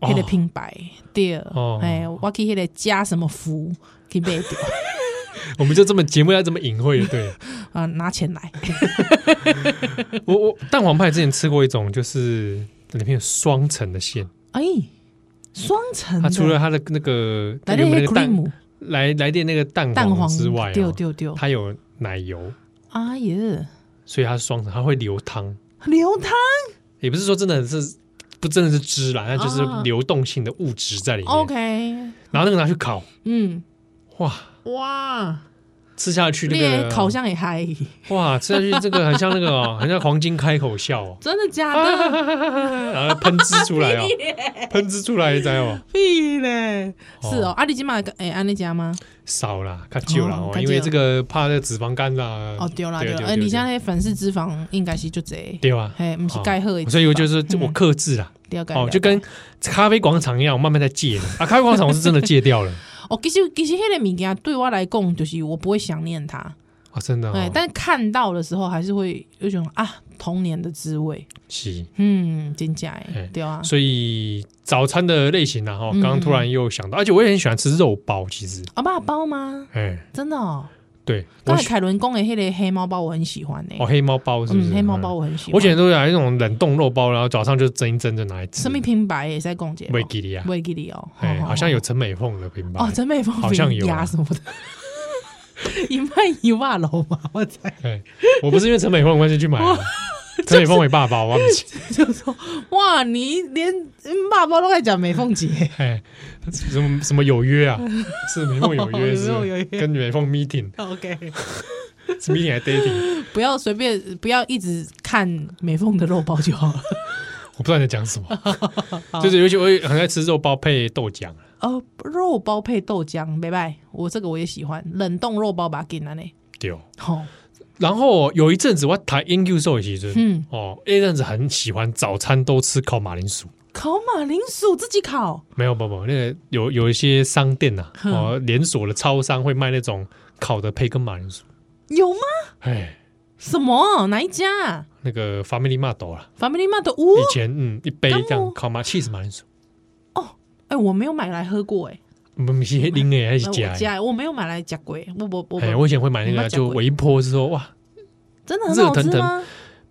B: 哦
C: 迄个品牌对，
B: 哦
C: 嘿，我去迄个加什么福去买掉
B: 我们就这么节目要这么隐晦的，对了
C: 啊，拿钱来，
B: 我我蛋黄派之前吃过一种，就是里面有双层的馅，
C: 哎，双层的，
B: 它除了它的那个
C: 来
B: 原本那
C: 那个
B: 个蛋
C: cream
B: 来来电那个蛋
C: 蛋黄
B: 之外、
C: 丢
B: 哦，
C: 丢丢，
B: 它有奶油，
C: 啊耶，
B: 所以它是双层，它会流汤，
C: 流汤
B: 也不是说真的是。不真的是汁啦，那就是
C: 啊
B: 流动性的物质在里面。
C: 哦，OK，
B: 然后那个拿去烤，
C: 嗯，
B: 哇，
C: 哇，
B: 吃下去那
C: 列
B: 个
C: 烤箱也嗨，
B: 哇，吃下去这个很像那个 哦，很像黄金开口笑哦，
C: 真的假的？
B: 然后喷汁出 来哦，喷汁出来，你知哦道吗？
C: 屁嘞！
B: 哦
C: 是哦，啊，你今晚哎安尼家吗？
B: 少啦，较久啦，
C: 哦
B: 哦
C: 较少
B: 因为这个怕那个脂肪肝啊啦。
C: 哦，对啦
B: 对
C: 对啦，哎，你现在反式脂肪应该是就这，
B: 对吧？
C: 嘿，不是盖好的脂肪，
B: 所以我就是
C: 嗯
B: 我克制啦，
C: 了解
B: 哦，
C: 了
B: 就跟咖啡广场一样，我慢慢在戒的啊。咖啡广场我是真的戒 掉了
C: 哦，其实其实迄个物件对我来讲，就是我不会想念它，
B: 啊，真的
C: 哎
B: 哦，。
C: 但看到的时候还是会有一种啊童年的滋味，
B: 是，
C: 嗯，真假
B: 哎
C: 哎，对啊，嗯
B: 所以早餐的类型啊，哈，刚刚突然又想到，而且我也很喜欢吃肉包，其实，
C: 阿爸包吗？
B: 哎，
C: 真的哦，
B: 对，我
C: 刚才凯伦公的迄个黑猫包我很喜欢呢、
B: 哦黑猫包是不是？
C: 嗯，黑猫包我很喜欢。
B: 我以前都有买那种冷冻肉包，然后早上就蒸一蒸就拿来吃。
C: 什么品牌也在逛街，
B: 维吉利亚，
C: 维吉利哦，
B: 哎，
C: 哦
B: 好像有陈美凤的品牌
C: 哦，真美风
B: 好像有啊
C: 呀什么的， 一卖一万楼嘛，我猜
B: 哎，我不是因为陈美凤的关系去买
C: 哦
B: 的， 陈美凤为爸爸，我忘记。
C: 就说哇，你连爸爸都在讲美凤姐，
B: 哎，什么什么有约啊？是美凤有约，是
C: 哦美凤有约
B: 跟美凤 meeting，
C: OK，
B: 是 meeting 还 dating？
C: 不要随便，不要一直看美凤的肉包就好了。
B: 我不知道你在讲什么，就是尤其我也很爱吃肉包配豆浆，啊
C: 哦，肉包配豆浆，拜拜，我这个我也喜欢，冷冻肉包吧，给拿嘞。
B: 对哦。
C: 好、
B: 然后有一阵子我台 N Q 寿喜尊，
C: 嗯
B: 哦，那阵子很喜欢早餐都吃烤马铃薯。
C: 烤马铃薯自己烤，
B: 没有，不不，那个有有一些商店呐、
C: 嗯
B: 哦，连锁的超商会卖那种烤的培根马铃薯，
C: 有吗？
B: 哎，
C: 什么？哪一家啊
B: 那个 Family Mart 啦，
C: ？Family Mart 屋？
B: 以前嗯一杯这
C: 干
B: 样
C: 嘛
B: 烤马 cheese 马铃薯，
C: 哎、我没有买来喝过、哎。
B: 嗯不不是拎诶还是
C: 那我
B: 假的？
C: 家我没有买来夹鬼，我我我
B: 哎哎，我以前会买那
C: 你
B: 个，
C: 有吃
B: 就
C: 过
B: 微波是说哇，
C: 真的很好吃
B: 热腾
C: 吗
B: 腾？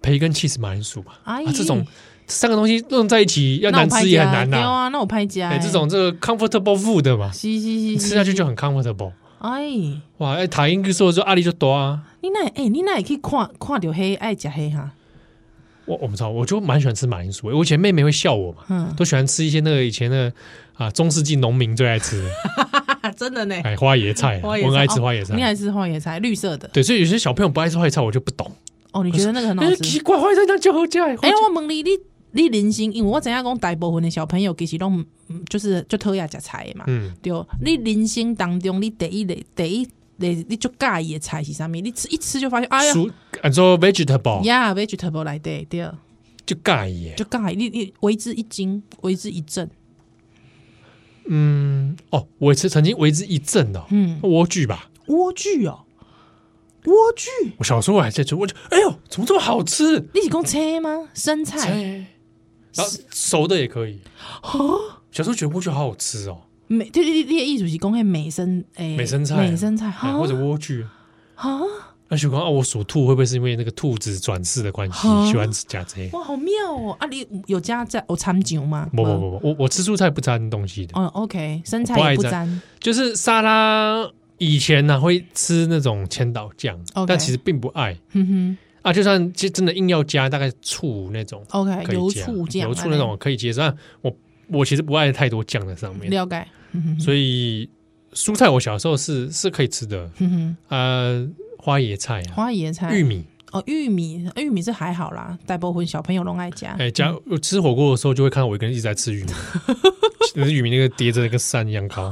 B: 培根 cheese 马铃薯嘛，啊
C: 哎
B: 啊，这种这三个东西弄在一起要
C: 那我
B: 难
C: 拍
B: 吃也
C: 家
B: 很难
C: 对
B: 呐。
C: 啊，那我拍家
B: 哎，这种这个 comfortable food 的嘛，
C: 嘻嘻嘻，
B: 你吃下啊去就很 comfortable。
C: 哎，你
B: 哇，哎，塔英哥说说压力就多啊，
C: 那哎你那也可以看看到黑爱夹黑哈，
B: 我我不知道，我就蛮喜欢吃马铃薯。我以前妹妹会笑我嘛，
C: 嗯
B: 都喜欢吃一些那个以前的啊，中世纪农民最爱吃的，
C: 啊真的呢，
B: 哎，花椰菜啊，
C: 花椰菜
B: 我很爱吃
C: 哦
B: 花椰菜。
C: 你爱吃花野菜绿色的
B: 对，所以有些小朋友不爱吃花椰菜，我就不懂。
C: 哦，你觉得那个很好
B: 哎奇
C: 吃？
B: 怪，花椰菜那就好吃。哎
C: 哎，我问你，你你人生，因为我知影讲大部分的小朋友其实拢嗯就是就讨厌食菜的嘛，
B: 嗯，
C: 对，你人生当中你第一类第一类你就介意的菜是啥物？你吃一吃就发现，哎呀
B: 蔬，按啊说 vegetable
C: 呀，vegetable 来对对。
B: 就尬耶。
C: 就刚才你你为之一惊，为之一振。
B: 嗯，哦，我曾曾经为之一振哦，
C: 嗯，
B: 莴苣吧。
C: 莴苣哦，莴苣，
B: 我小时候我还在吃莴苣，哎呦，怎么这么好吃？
C: 你是讲青吗？生菜
B: 哎，然后熟的也可以。
C: 哦
B: 小时候觉得莴苣好好吃哦，
C: 美，对对对，你的意思是讲迄美生诶，
B: 美生菜啊
C: 美生菜，
B: 哎
C: 哈
B: 或者莴苣。
C: 哈，
B: 那许光啊，我属兔会不会是因为那个兔子转世的关系，
C: 啊
B: 喜欢吃假这？
C: 哇，好妙哦！啊，你有加在有掺酒吗？
B: 不不不不，我我吃蔬菜不沾东西的，
C: 哦，OK，生
B: 我不
C: 菜
B: 爱
C: 也不
B: 沾
C: 沾，
B: 就是沙拉。以前呢、会吃那种千岛酱
C: OK
B: 但其实并不爱
C: 嗯哼
B: 啊。就算其实真的硬要加，大概醋那种
C: 哼，OK，
B: 可以
C: 油
B: 加
C: 醋酱，啊
B: 油醋那种可以接受。但我我其实不爱太多酱在上
C: 这
B: 面
C: 样，了解，
B: 所以蔬菜我小时候是是可以吃的，
C: 哼嗯哼，
B: 呃，花椰菜啊，
C: 花椰菜，
B: 玉米，
C: 哦，玉米，玉米是还好啦，大部分小朋友拢爱啊加，
B: 哎、加我
C: 嗯
B: 吃火锅的时候就会看到我一个人一直在吃玉米， 那玉米那个叠着那个山一样 高，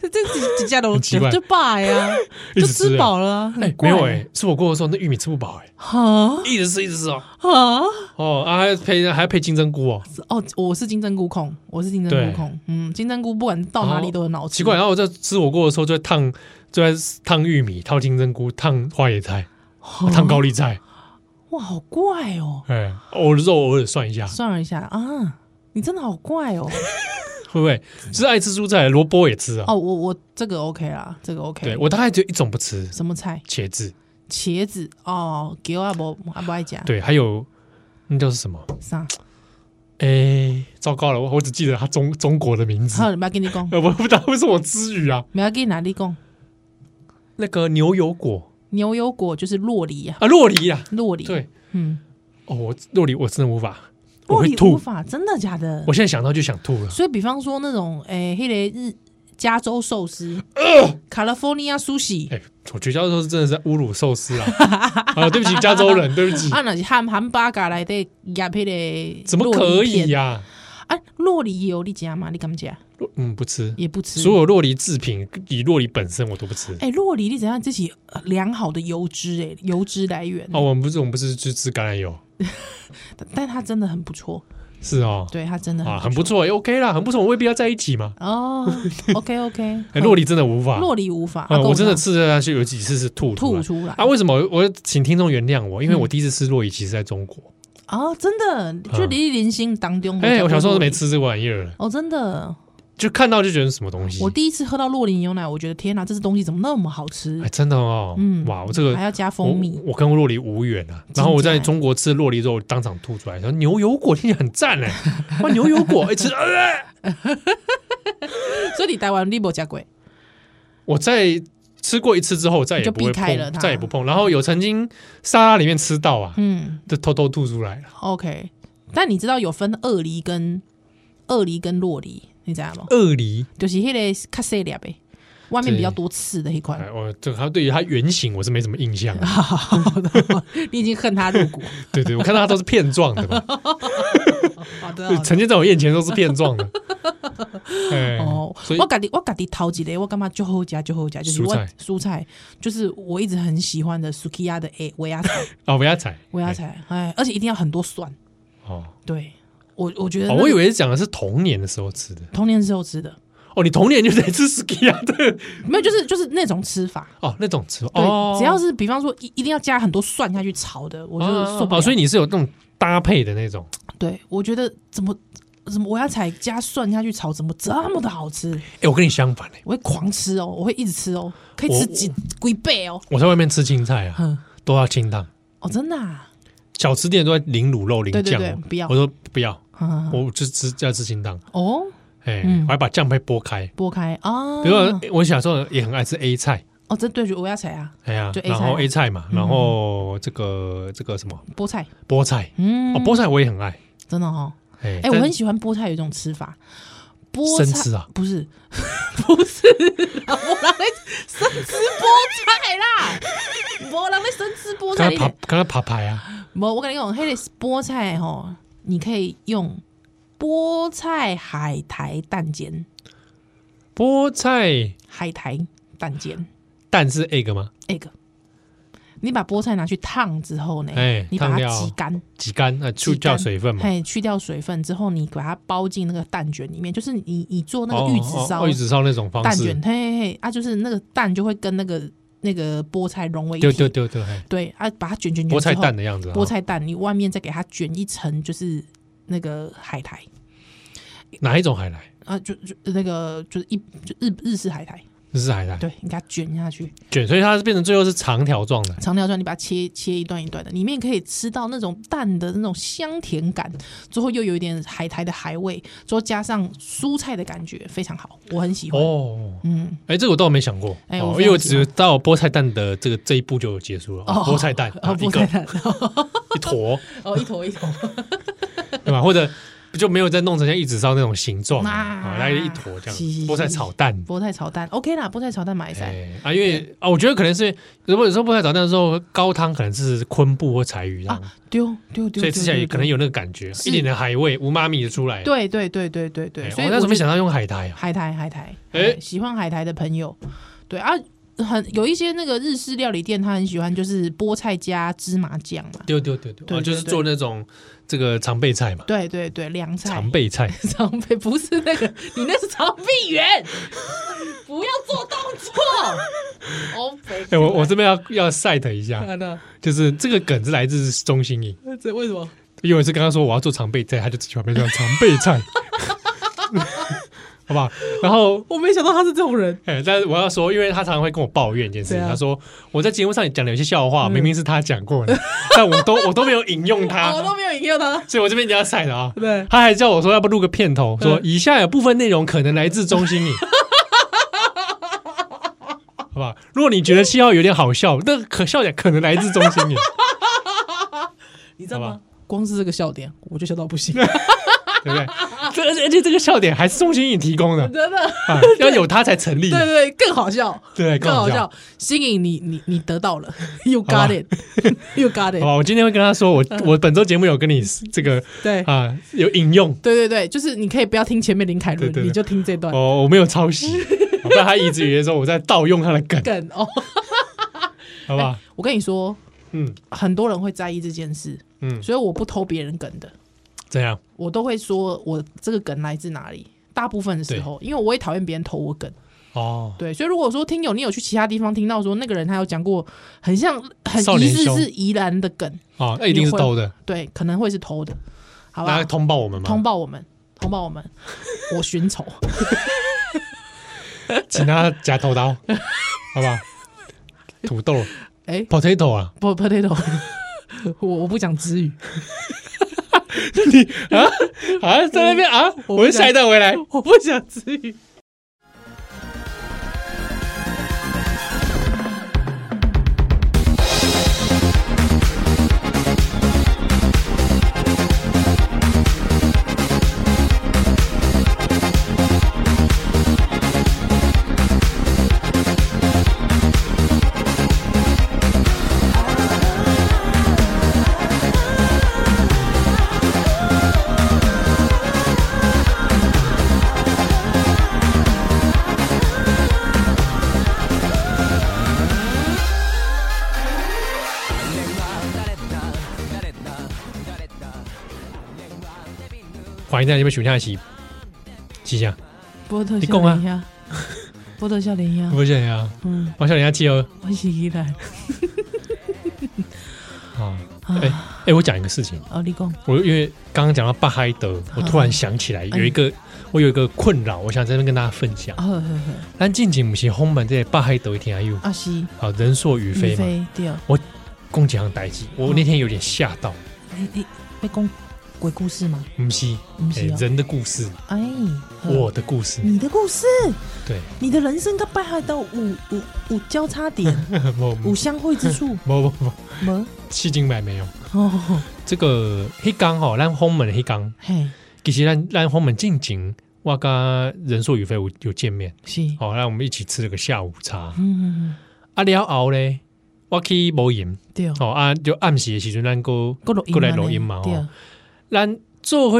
C: 这这几几家都
B: 很奇怪
C: 就罢呀，
B: 一
C: 就
B: 直吃
C: 吃饱了啊，
B: 哎、
C: 很
B: 没
C: 怪
B: 有哎、吃火锅的时候那玉米吃不饱哎、
C: 哈
B: 一直吃一直吃哦，
C: 啊！
B: 哦啊还配还配金针菇哦，
C: 哦，我是金针菇控，我是金针菇控。嗯，金针菇不管到哪里都很好
B: 哦
C: 吃。
B: 奇怪。然后我在吃火锅的时候就在烫，就在烫玉米、烫金针菇、烫花椰菜、
C: 哦
B: 啊烫高丽菜，
C: 哇，好怪哦！
B: 哎、偶尔肉偶尔涮一下，
C: 算了一下啊，你真的好怪哦。
B: 会不会？就是爱吃蔬菜，萝卜也吃啊、
C: 哦，我我这个 OK 啦，这个 OK。
B: 对我大概只有一种不吃，
C: 什么菜？
B: 茄子，
C: 茄子哦，给我不我不爱啊加。
B: 对，还有那叫是什么？
C: 啥？
B: 哎、糟糕了，我我只记得它中中国的名字。
C: 好，不要跟你讲，
B: 呃，我不知道为什么我之语啊，
C: 不要跟哪里讲。
B: 那个牛油果
C: 牛油果就是洛梨呀，
B: 啊，洛梨啊，
C: 洛梨。，
B: 对，
C: 嗯，
B: 哦，我洛梨我真的无法，我
C: 洛
B: 会
C: 梨无
B: 吐，
C: 法，真的假的
B: 我？现在想到就想吐了。
C: 所以，比方说那种诶，黑雷日加州寿司，California sushi。
B: 呃哎，我绝交的时候真的是在侮辱寿司 啊！啊，对不起，加州人，对不起，
C: 啊，那是汉汉巴嘎来的亚配的，
B: 怎么可以、呀？
C: 啊，洛梨油你加吗？你敢加？
B: 洛嗯，不吃，
C: 也不吃。
B: 所有洛梨制品以洛梨本身我都不吃。
C: 哎、洛梨你怎样？这是良好的油脂哎、油脂来源、
B: 哦，我们不是，我们不是去吃橄榄油，
C: 但但它真的很不错，
B: 是哦，
C: 对它真的
B: 啊，
C: 很
B: 很不错，哎，OK 啦，很不错，我未必要在一起嘛。
C: 哦。OK OK，
B: 哎，洛梨真的无法，
C: 洛梨无法，
B: 啊，
C: 啊
B: 我真的
C: 够
B: 吃了下去有几次是吐
C: 吐
B: 出来。
C: 出来
B: 啊，
C: 啊
B: 为什么？我请听众原谅我，因为我第一次吃洛梨其实在中国。
C: 哦真的就离零星当中。嗯
B: 哎、我小时候都没
C: 吃
B: 吃这个玩意儿，
C: 哦，真的
B: 就看到就觉得是什么东西
C: 我，第一次喝到洛林牛奶，我觉得天哪，这是东西怎么那么好吃
B: 哎，？哦真的哦，
C: 嗯
B: 哇，我这个
C: 还要加蜂蜜
B: 我，我跟洛梨无缘啊。然后我在中国吃洛梨之后，当场吐出来，然后牛油果听起来很赞 哎，哇，牛油果一吃，呃，
C: 所以你台湾你没加过，
B: 我在吃过一次之后，我再也
C: 你就
B: 不会
C: 避开了
B: 碰，
C: 它
B: 再也不碰。然后有曾经沙拉里面吃到啊，
C: 嗯
B: 就偷偷吐出来了。
C: ，OK。但你知道有分鳄梨跟鳄梨跟洛梨，你知道吗？
B: 鳄梨，
C: 就是迄个卡西粒呗，外面比较多刺的那一款。
B: 哎，我这它对于它原型我是没什么印象啊。
C: 好的， 你已经恨他 入骨。
B: 对对，我看到它都是片状的嘛，
C: 好的，好的
B: 呈现在我眼前都是片状 的。哎，
C: 哦
B: 所，以
C: 我家己我家己头一个，我感觉就好加就好加，就是
B: 蔬
C: 我
B: 菜
C: 蔬菜，就是我一直很喜欢的 Sukiya 的 诶维亚菜，
B: 哦，不要踩，
C: 维亚菜，哎，而且一定要很多蒜。
B: 哎哦。
C: 对我，我觉得
B: 哦，
C: 那个
B: 我以为讲的是童年的时候吃的。
C: 童年时候吃的，
B: 哦，你童年就在吃 ski 啊？对，
C: 没有，就是就是那种吃法。
B: 哦，那种吃法哦
C: 对，，只要是比方说一一定要加很多蒜下去炒的，我就
B: 哦
C: 受不了。
B: 哦，所以你是有那种搭配的那种。
C: 对我觉得怎么怎么我要采加蒜下去炒，怎么这么的好吃？
B: 哎，我跟你相反哎，
C: 我会狂吃哦，我会一直吃哦，可以吃几几倍哦。
B: 我在外面吃青菜啊，
C: 哼，
B: 都要清淡，
C: 哦，真的啊，
B: 小吃店都在淋卤肉、淋
C: 对对
B: 酱
C: 对
B: 哦，
C: 不要
B: 我说不要，
C: 哈哈哈
B: 我就吃要吃清淡。
C: 哦，
B: 哎，
C: 嗯
B: 我还把酱配剥开。
C: 剥开啊，
B: 比如说，我小时候也很爱吃 A 菜，
C: 哦，这对我要采啊，嗯
B: 哎呀
C: 就，A
B: 然后
C: 菜
B: A 菜嘛，然后这个这个什么
C: 菠菜，
B: 菠菜，
C: 嗯
B: 哦，，菠菜我也很爱。
C: 真的哦，
B: 哎
C: 哎，我
B: 但
C: 很喜欢菠菜有一种吃法，菠
B: 生
C: 菜
B: 吃啊
C: 不是 不是啦，我让你生吃菠菜啦，我让你生吃菠
B: 刚
C: 菜
B: 刚
C: 你
B: 爬
C: 得，
B: 刚刚爬牌啊，
C: 无我跟你讲，迄个菠菜吼，你可以用菠菜海苔蛋煎，
B: 菠菜
C: 海苔蛋煎。
B: 蛋是 egg 吗？
C: egg。你把菠菜拿去烫之后呢，
B: 哎
C: 你把
B: 烫
C: 它
B: 掉
C: 挤干，
B: 挤干啊，去
C: 挤
B: 掉
C: 干
B: 水分嘛。
C: 嘿，去掉水分之后，你把它包进那个蛋卷里面，就是你你做那个玉子烧、
B: 哦哦哦玉子烧那种方
C: 蛋
B: 式
C: 卷，，嘿嘿嘿，啊，就是那个蛋就会跟那个那个菠菜融为一体，
B: 对对对对，嘿
C: 对啊，把它卷卷卷
B: 菠菜
C: 之后
B: 蛋的样子啊，
C: 菠菜蛋，你外面再给它卷一层就是那个海苔
B: 哪一种海苔？
C: 啊，就就那个就是一就日日式海苔，
B: 日式海苔，
C: 对，你给它卷下去，
B: 卷，所以它是变成最后是长条状的。
C: 长条状，你把它切切一段一段的，里面可以吃到那种蛋的那种香甜感，之后又有一点海苔的海味，之后加上蔬菜的感觉，非常好，我很喜欢。
B: 哦，
C: 嗯，
B: 哎，这个我倒没想过，
C: 哎
B: 哦
C: 我非常
B: 因为我
C: 喜
B: 只
C: 欢
B: 到菠菜蛋的这个这一步就结束了。哦菠菜蛋，啊
C: 哦，
B: 一
C: 菠
B: 个
C: 菜蛋，
B: 一坨，
C: 哦，一坨一坨，
B: 对吧？或者就没有再弄成像玉子烧那种形状啊，
C: 啊
B: 啊，那一坨这样，
C: 是是是
B: 菠菜炒蛋。
C: 菠菜炒蛋，OK 啦，菠菜炒蛋买菜，
B: 哎啊，因为啊，我觉得可能是如果有时候菠菜炒蛋的时候，高汤可能是昆布或柴鱼这样
C: 啊丢丢丢，
B: 所以吃起来也
C: 丢
B: 可能，有那个感觉，
C: 是
B: 一点点海味、无妈咪的出来。
C: 丢丢对对对对
B: 哎，
C: 对对，所以
B: 我那时候没
C: 觉得
B: 想到用海苔啊。
C: 海苔海苔，
B: 哎
C: 哎，喜欢海苔的朋友，对啊。很有一些那个日式料理店，他很喜欢就是菠菜加芝麻酱嘛，
B: 对对对对，
C: 对
B: 啊就是
C: 对对
B: 做那种这个常备菜嘛，
C: 对对对，凉菜
B: 常备 菜。
C: 长辈不是那个，你那是长 臂猿，不要做动作。哦，北
B: 哎，我我这边要要 cite 一 下，
C: 看到
B: 就是这个梗是来自中心营，
C: 这为什么？
B: 因为是刚刚说我要做常备菜，他就去旁边叫常备菜， 好不好？然后。
C: 我没想到他是这种人。
B: 哎，但是我要说，因为他常常会跟我抱怨一件事情，
C: 对啊嗯
B: 他说我在节目上讲的有些笑话，明明是他讲过 的，但我都我都没有引用他，
C: 哦，我都没有引诱他。
B: 所以我这边一定要晒了啊。
C: 对
B: 他还叫我说要不录个片头，
C: 嗯
B: 说以下有部分内容可能来自中心你。 好吧，如果你觉得七号有点好笑，那可笑点可能来自中心你，
C: 你知
B: 道吗？
C: 光是这个笑点，我就笑到 不行，
B: 对不对？这而且而且这个笑点还是中心你提供的
C: 真的。
B: 啊，要有它才成立。
C: 对对，对更好笑，
B: 对哎更
C: 更
B: 好
C: 好
B: 笑
C: 笑。新颖，你你你得到了 ，You got
B: 好吧
C: it，You got
B: 好
C: it。
B: 哦吧，我今天会跟他说，我我本周节目有跟你这个
C: 嗯对
B: 啊有引用，
C: 对对对，就是你可以不要听前面林凯
B: 对
C: 伦
B: 对，对
C: 你就听这段
B: 哦，我没有抄袭， 好不然他一直以为说我在盗用他的梗，
C: 梗哦。
B: 好吧？
C: 我跟你说，
B: 嗯
C: 很多人会在意这件事，
B: 嗯，
C: 所以我不偷别人梗的。
B: 怎样？
C: 我都会说我这个梗来自哪里。大部分的时候，因为我也讨厌别人投我梗，
B: 哦，
C: 对，所以如果说听友你有去其他地方听到说那个人他有讲过很像很
B: 少
C: 疑
B: 年
C: 似
B: 凶
C: 是宜兰的梗，
B: 哦，那一定是
C: 你会
B: 偷的，
C: 对，可能会是偷的，好
B: 那
C: 吧？
B: 通报我们吗？
C: 通报我们，通报 我们，我寻仇。
B: 请他夹头 刀，好不好？土豆
C: 哎、
B: potato 啊，
C: 不 potato，我我不讲词语，
B: 你啊啊在那边啊，
C: 我
B: 我是下一段回来。
C: 我不讲词语。
B: 欢迎在那边选下 棋，棋下，
C: 波特
B: 你
C: 笑
B: 讲啊
C: 脸呀，波特笑脸呀，
B: 不是啊，
C: 嗯，
B: 我想人家棋哦。
C: 我是依来
B: 啊，
C: 啊
B: 哎、哎，我讲一个事情，
C: 哦，你讲，
B: 我因为刚刚讲到巴哈伊德，我突
C: 啊
B: 然想起来有一个，我有一个困扰，我想在这边跟大家分享
C: 嗯啊。呵呵呵，
B: 但近期不是轰门这些巴哈伊德一天还有
C: 啊是
B: 啊人硕于
C: 宇
B: 飞嘛，
C: 飞对，
B: 攻击行代志，我那天有点吓到，
C: 你你被讲鬼故事吗？
B: 不是，
C: 不
B: 哎
C: 是哦，嗯
B: 人的故事，
C: 哎，呵
B: 我的故事，
C: 你的故事，
B: 对，
C: 你的人生跟拜害到五五五交叉 点，
B: 我，
C: 五相会之处
B: 不不不，
C: 没
B: 迄金买没有。
C: 哦，
B: 这个迄工吼，咱轰门的迄工，
C: 嘿，
B: 其实咱咱轰门进前，我跟人硕宇飞有有见面，
C: 是，
B: 好、哦，那我们一起吃了个下午茶。
C: 嗯嗯
B: 啊了后咧，我去无闲，
C: 嗯，对，
B: 哦啊就暗时的时阵，咱个
C: 过录音
B: 过来
C: 嘛
B: 录
C: 呢
B: 音嘛
C: 啊对
B: 哦，咱做伙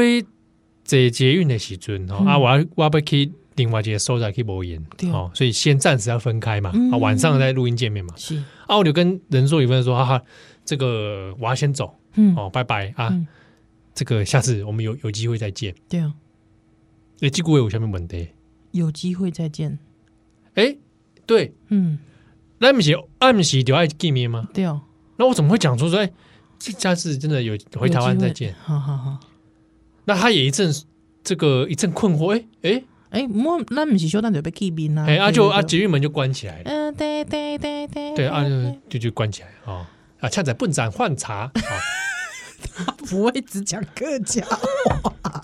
B: 坐捷运的时阵，吼、
C: 嗯
B: 啊我要我要去另外一个所在去无闲
C: 对，
B: 哦，所以先暂时要分开嘛，
C: 嗯
B: 啊晚上再录音见面嘛。
C: 是，
B: 啊我就跟人硕宇飞说，哈、啊、哈，这个我要先走。
C: 嗯，
B: 哦，拜拜啊！
C: 嗯
B: 这个下次我们有有机会再见。
C: 对，
B: 诶，这句话有下面问题？
C: 有机会再见，
B: 诶，对，
C: 嗯，
B: 那不是暗时就爱见面吗？
C: 对，
B: 那我怎么会讲出说，哎，这下次真的有回台湾再见
C: 有机？会好好好。
B: 那他也一阵这个一阵困惑，诶诶
C: 哎，我咱不是小等就被见面啦。
B: 诶，啊
C: 对
B: 就
C: 对
B: 啊
C: 对哎
B: 捷运门就关起来了，
C: 嗯，对对对对，
B: 对啊就就就关起来哦。啊，恰仔笨展换茶啊，哦
C: 不会只讲客家话啦。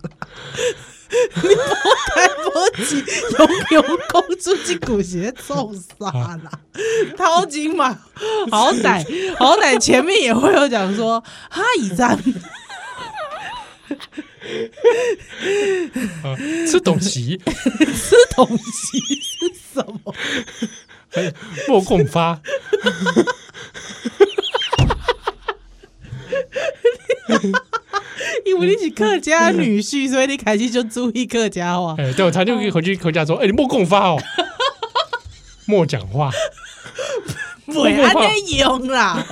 C: 你无代无志，用用讲出这句是臭啥啦？掏金嘛，好歹好歹前面也会有讲说哈以赞，
B: 啊吃东西，
C: 这东西是什么？
B: 哎莫共发，
C: 因为你是客家女婿，所以你开始就注意客家话。
B: 哎，对我才就可以
C: 哦
B: 回去回家说，哎，你莫共 发哦，莫讲话。
C: 哎不安尼用啦，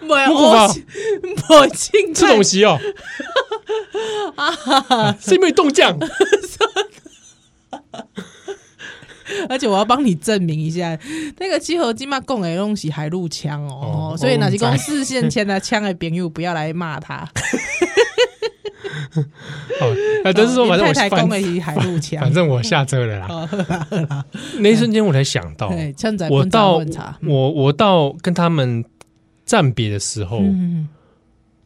C: 不
B: 我
C: 我不清
B: 吃
C: 楚
B: 东西哦，啊是因为冻酱，
C: 而且我要帮你证明一下，那个七合金嘛，供的东西海陆枪哦，
B: 哦
C: 哦所以
B: 我
C: 哪些
B: 不知道
C: 公视线签的枪的朋友不要来骂他。
B: 哦啊，但是说反正我
C: 太太
B: 反
C: 供的是海陆枪，
B: 反正我下车了啦。
C: 哦， 呵啦呵啦，
B: 那一瞬间我才想到，
C: 对，枪仔
B: 我
C: 混茶
B: 到
C: 混茶，
B: 我我到跟他们暂别的时候，
C: 嗯，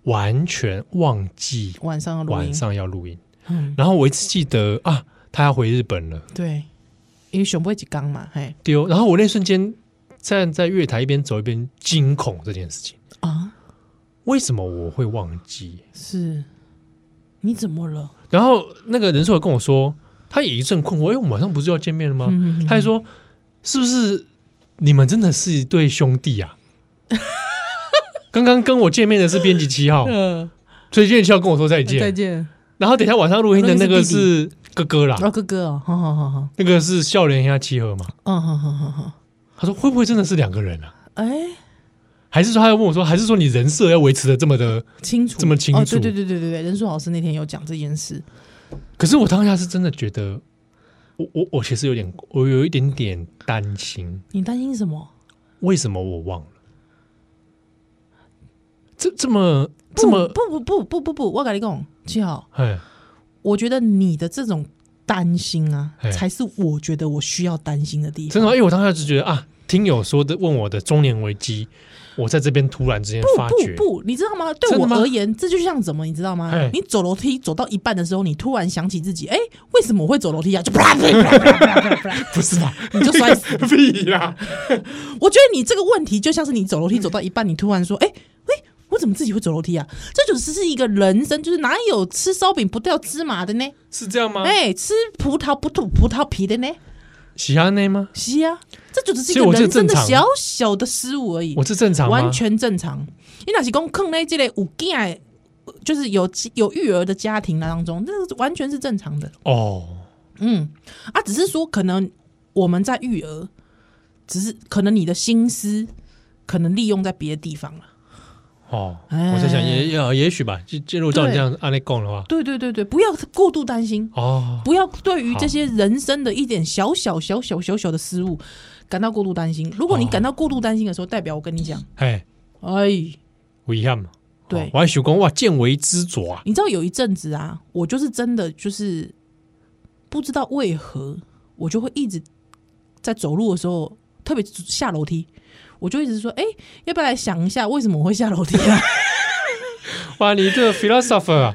B: 完全忘记
C: 晚上要录
B: 晚
C: 音，
B: 上要录音，
C: 嗯，
B: 然后我一直记得啊，他要回日本了，
C: 对，因为熊不会一刚嘛，嘿
B: 丢。然后我那瞬间站在月台一边走一边惊恐这件事情，
C: 啊，
B: 为什么我会忘记？
C: 是，你怎么了？
B: 然后那个人事有跟我说，他也一阵困惑，因为我们晚上不是要见面了吗？
C: 嗯嗯嗯
B: 他还说，是不是你们真的是一对兄弟 啊？刚刚跟我见面的是编辑七号，
C: 呃，
B: 所以编辑七号跟我说再
C: 再
B: 见。
C: 见，
B: 然后等一下晚上录音的那个是哥哥啦，
C: 哦，哥哥哦，好好好好，
B: 那个是笑脸下七和嘛。
C: 嗯，好好好好，
B: 他说会不会真的是两个人啊？
C: 哎，
B: 还是说他要问我说，还是说你人设要维持的这么的？
C: 清楚，
B: 这么清楚
C: 哦，对对对对对对，任素老师那天有讲这件事，
B: 可是我当下是真的觉得，我我我其实有点，我有一点点担心。
C: 你担心什么？
B: 为什么我忘了？这这么
C: 不
B: 这么，
C: 不不不不不不，我跟你讲，七号，
B: 哎，
C: 我觉得你的这种担心啊
B: 嘿，
C: 才是我觉得我需要担心的地
B: 真
C: 方。
B: 的吗，因为我当时就觉得啊，听友说的问我的中年危机，我在这边突然之间发
C: 不
B: 觉，
C: 不不，你知道吗？对
B: 真的
C: 我
B: 吗
C: 而言，这就像怎么，你知道吗
B: 嘿？
C: 你走楼梯走到一半的时候，你突然想起自己，哎，为什么我会走楼梯啊？就啪啪啪啪啪啪啪，
B: 不是吧？
C: 你就摔死。
B: 屁啦！
C: 我觉得你这个问题就像是你走楼梯走到一半，你突然说：“哎、哎、我怎么自己会走楼梯啊？”这就是是一个人生，就是哪有吃烧饼不掉芝麻的呢？
B: 是这样吗？
C: 哎、吃葡萄不吐葡萄皮的呢？
B: 喜安内吗？
C: 是啊，这就只是一
B: 所以
C: 个
B: 我这
C: 人生的
B: 正常
C: 小小的失误而已，
B: 我是正常吗？
C: 完全正常。你哪是讲坑在这类有囝的，就是有有育儿的家庭当中，那个完全是正常的。
B: 哦，
C: 嗯，啊，只是说可能我们在育儿，只是可能你的心思可能利用在别的地方了。
B: 哦，
C: 哎
B: 我在想也也也许吧，就就如果照你这样按内讲的话，
C: 对对对对，不要过度担心，
B: 哦，
C: 不要对于这些人生的一点小小小小小小的失误感到过度担心。如果你
B: 哦
C: 感到过度担心的时候，代表我跟你讲，
B: 哎，
C: 哎，
B: 有遗憾嘛。
C: 对
B: 哦我还想讲哇，见微知著 啊，
C: 你知道有一阵子啊，我就是真的就是不知道为何，我就会一直在走路的时候，特别下楼梯，我就一直说，哎、要不要来想一下为什么我会下楼梯啊？
B: 哇，你这个 philosopher 啊，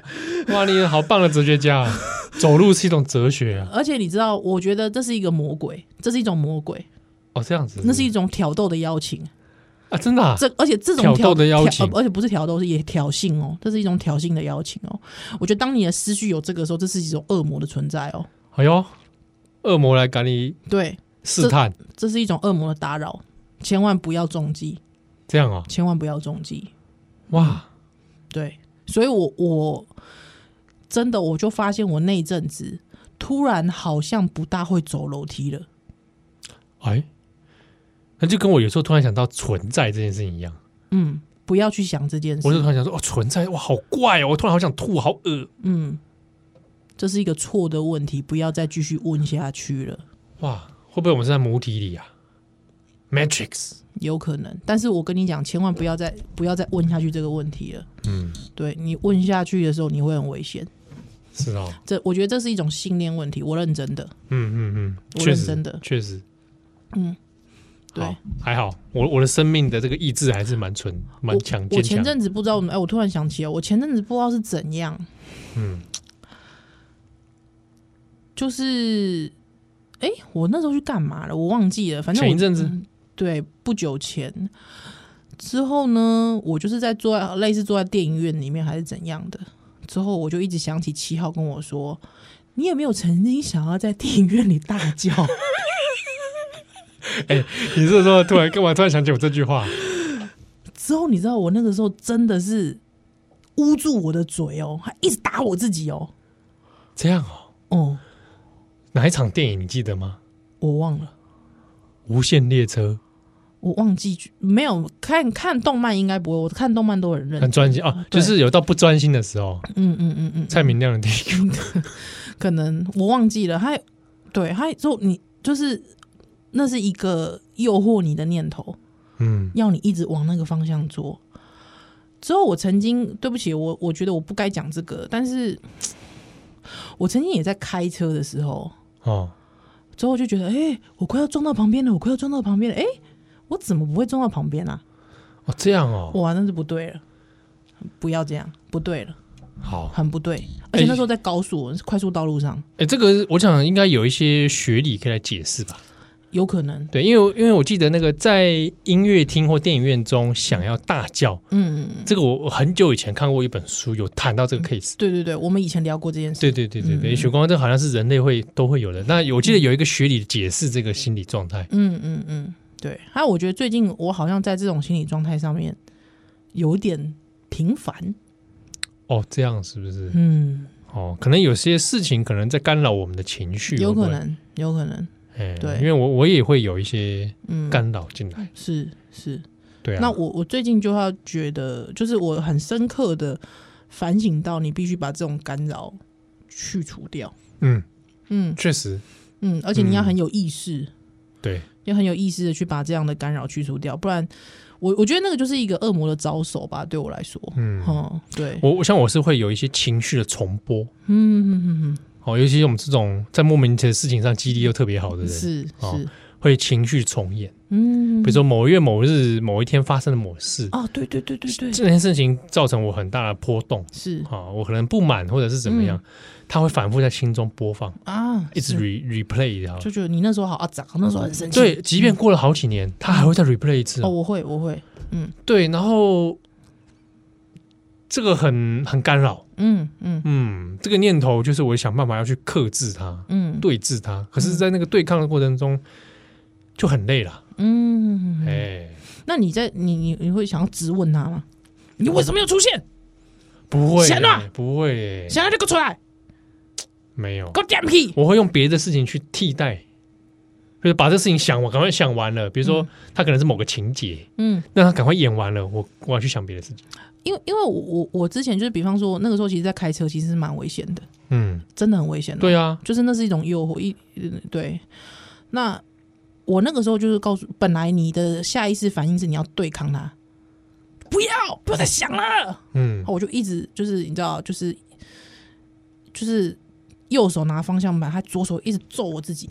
B: 哇，你好棒的哲学家 啊，走路是一种哲学啊，
C: 而且你知道，我觉得这是一个魔鬼，这是一种魔鬼，
B: 哦，这样子，
C: 那是一种挑逗的邀请。
B: 啊，真的啊，
C: 这而且这种
B: 挑逗的邀请
C: 挑呃而且不是挑逗，是也挑衅哦，这是一种挑衅的邀请哦。我觉得当你的思绪有这个的时候，这是一种恶魔的存在哦。
B: 哎呦，恶魔来赶你
C: 对，
B: 试探，
C: 这是一种恶魔的打扰，千万不要中计，
B: 这样哦，
C: 千万不要中计。
B: 哇，
C: 对，所以我我真的我就发现我那一阵子突然好像不大会走楼梯了。
B: 哎，那就跟我有时候突然想到存在这件事情一样，
C: 嗯，不要去想这件
B: 我就
C: 事
B: 突。然想说，哦，存在，哇，好怪哦，我突然好想吐，好恶，
C: 嗯，这是一个错的问题，不要再继续问下去了。
B: 哇，会不会我们是在母体里啊？Matrix，
C: 有可能，但是我跟你讲，千万不要再不要再问下去这个问题了。
B: 嗯，
C: 对你问下去的时候，你会很危险。
B: 是 哦，
C: 这我觉得这是一种信念问题，我认真的。
B: 嗯嗯嗯，
C: 我
B: 确实
C: 认真的
B: 确实，
C: 对
B: 好，还好，我我的生命的这个意志还是蛮纯蛮
C: 我
B: 强
C: 我
B: 坚
C: 前
B: 强的，
C: 阵子不知道，哎，我突然想起来，我前阵子不知道是怎样，
B: 嗯，
C: 就是，哎，我那时候去干嘛了？我忘记了，反正
B: 前
C: 我嗯
B: 一阵子
C: 对不久前之后呢，我就是在坐在类似坐在电影院里面还是怎样的，之后我就一直想起七号跟我说，你有没有曾经想要在电影院里大 叫？
B: 你是说突然干嘛突然想起我这句话？
C: 之后你知道我那个时候真的是捂住我的嘴哦，还一直打我自己哦，
B: 这样哦，
C: 哦，
B: 哪一场电影你记得吗？
C: 我忘了。
B: 无限列车
C: 我忘记去没有看看动漫应该不会，我看动漫都很认
B: 很
C: 真。
B: 专心啊，就
C: 嗯对
B: 是有到不专心的时候，
C: 嗯嗯嗯嗯，
B: 蔡明亮的电影。
C: 可能我忘记了，还对，还就你就是那是一个诱惑你的念头，
B: 嗯，
C: 要你一直往那个方向做。之后我曾经对不起我，我觉得我不该讲这个，但是我曾经也在开车的时候，
B: 哦，
C: 之后就觉得，哎、我快要撞到旁边了，我快要撞到旁边了，哎、我怎么不会撞到旁边啊？
B: 哦，这样哦，
C: 哇，那是不对了，不要这样，不对了，
B: 好，
C: 很不对。而且那时候在高速、快速道路上，
B: 哎，这个我想应该有一些学理可以来解释吧？
C: 有可能，
B: 对，因为因为我记得那个在音乐厅或电影院中想要大叫，
C: 嗯，嗯嗯嗯
B: 这个我我很久以前看过一本书，有谈到这个 case。
C: 对对对，我们以前聊过这件事，
B: 对对对对
C: 嗯
B: 对，血光这好像是人类会都会有的。那我记得有一个学理解释这个心理状态，
C: 嗯嗯嗯，对。还有，我觉得最近我好像在这种心理状态上面有点频繁，
B: 哦，这样是不是？
C: 嗯，
B: 哦，可能有些事情可能在干扰我们的情绪，
C: 有
B: 会不
C: 可
B: 会，
C: 能，有可能，
B: 哎，
C: 对
B: 因为我我也会有一些
C: 嗯，
B: 干扰进来，
C: 是是。
B: 对啊，
C: 那我我最近就要觉得，就是我很深刻的反省到，你必须把这种干扰去除掉，
B: 嗯，
C: 嗯
B: 确实，
C: 嗯，而且你要很有意识，
B: 对，
C: 要很有意识的去把这样的干扰去除掉，不然我我觉得那个就是一个恶魔的招手吧，对我来说，
B: 嗯
C: 嗯，对，
B: 我我像我是会有一些情绪的重播，
C: 嗯，
B: 哦，尤其是我们这种在莫名其妙的事情上记忆力又特别好的人，
C: 是
B: 哦
C: 是，
B: 会情绪重演。
C: 嗯，
B: 比如说某月某日某一天发生的某事，
C: 哦，对对对对对，
B: 这件事情造成我很大的波动，
C: 是
B: 啊，我可能不满或者是怎么样，它会反复在心中播放，
C: 啊，
B: 一直
C: 嗯是
B: re replay 然后
C: 就觉得你那时候好啊，长那时候很生气，
B: 对，即便过了好几年，它还会再 replay 一次
C: 哦，
B: 哦。
C: 我会我会，嗯
B: 对，然后这个很很干扰，
C: 嗯嗯
B: 嗯，这个念头就是我想办法要去克制它，
C: 嗯，
B: 对峙它。可是，在那个对抗的过程中，就很累了，
C: 嗯，
B: 哎，
C: 那你在你你你会想要质问他吗？你为什么要出现？
B: 不会
C: 闲啊
B: 耶，不会耶，
C: 现在就给我出来，
B: 没有
C: 给，我点屁！
B: 我会用别的事情去替代，就是把这事情想完，赶快想完了。比如说，他可能是某个情节，
C: 嗯，
B: 那他赶快演完了，我我要去想别的事情。
C: 因为因为我我我之前就是，比方说那个时候，其实在开车其实是蛮危险的，
B: 嗯，
C: 真的很危险的。
B: 对啊，
C: 就是那是一种诱惑，一嗯对。那我那个时候就是告诉，本来你的下意识反应是你要对抗他，不要不要再想了。
B: 嗯
C: 我就一直就是你知道，就是就是右手拿方向盘，他左手一直揍我自己，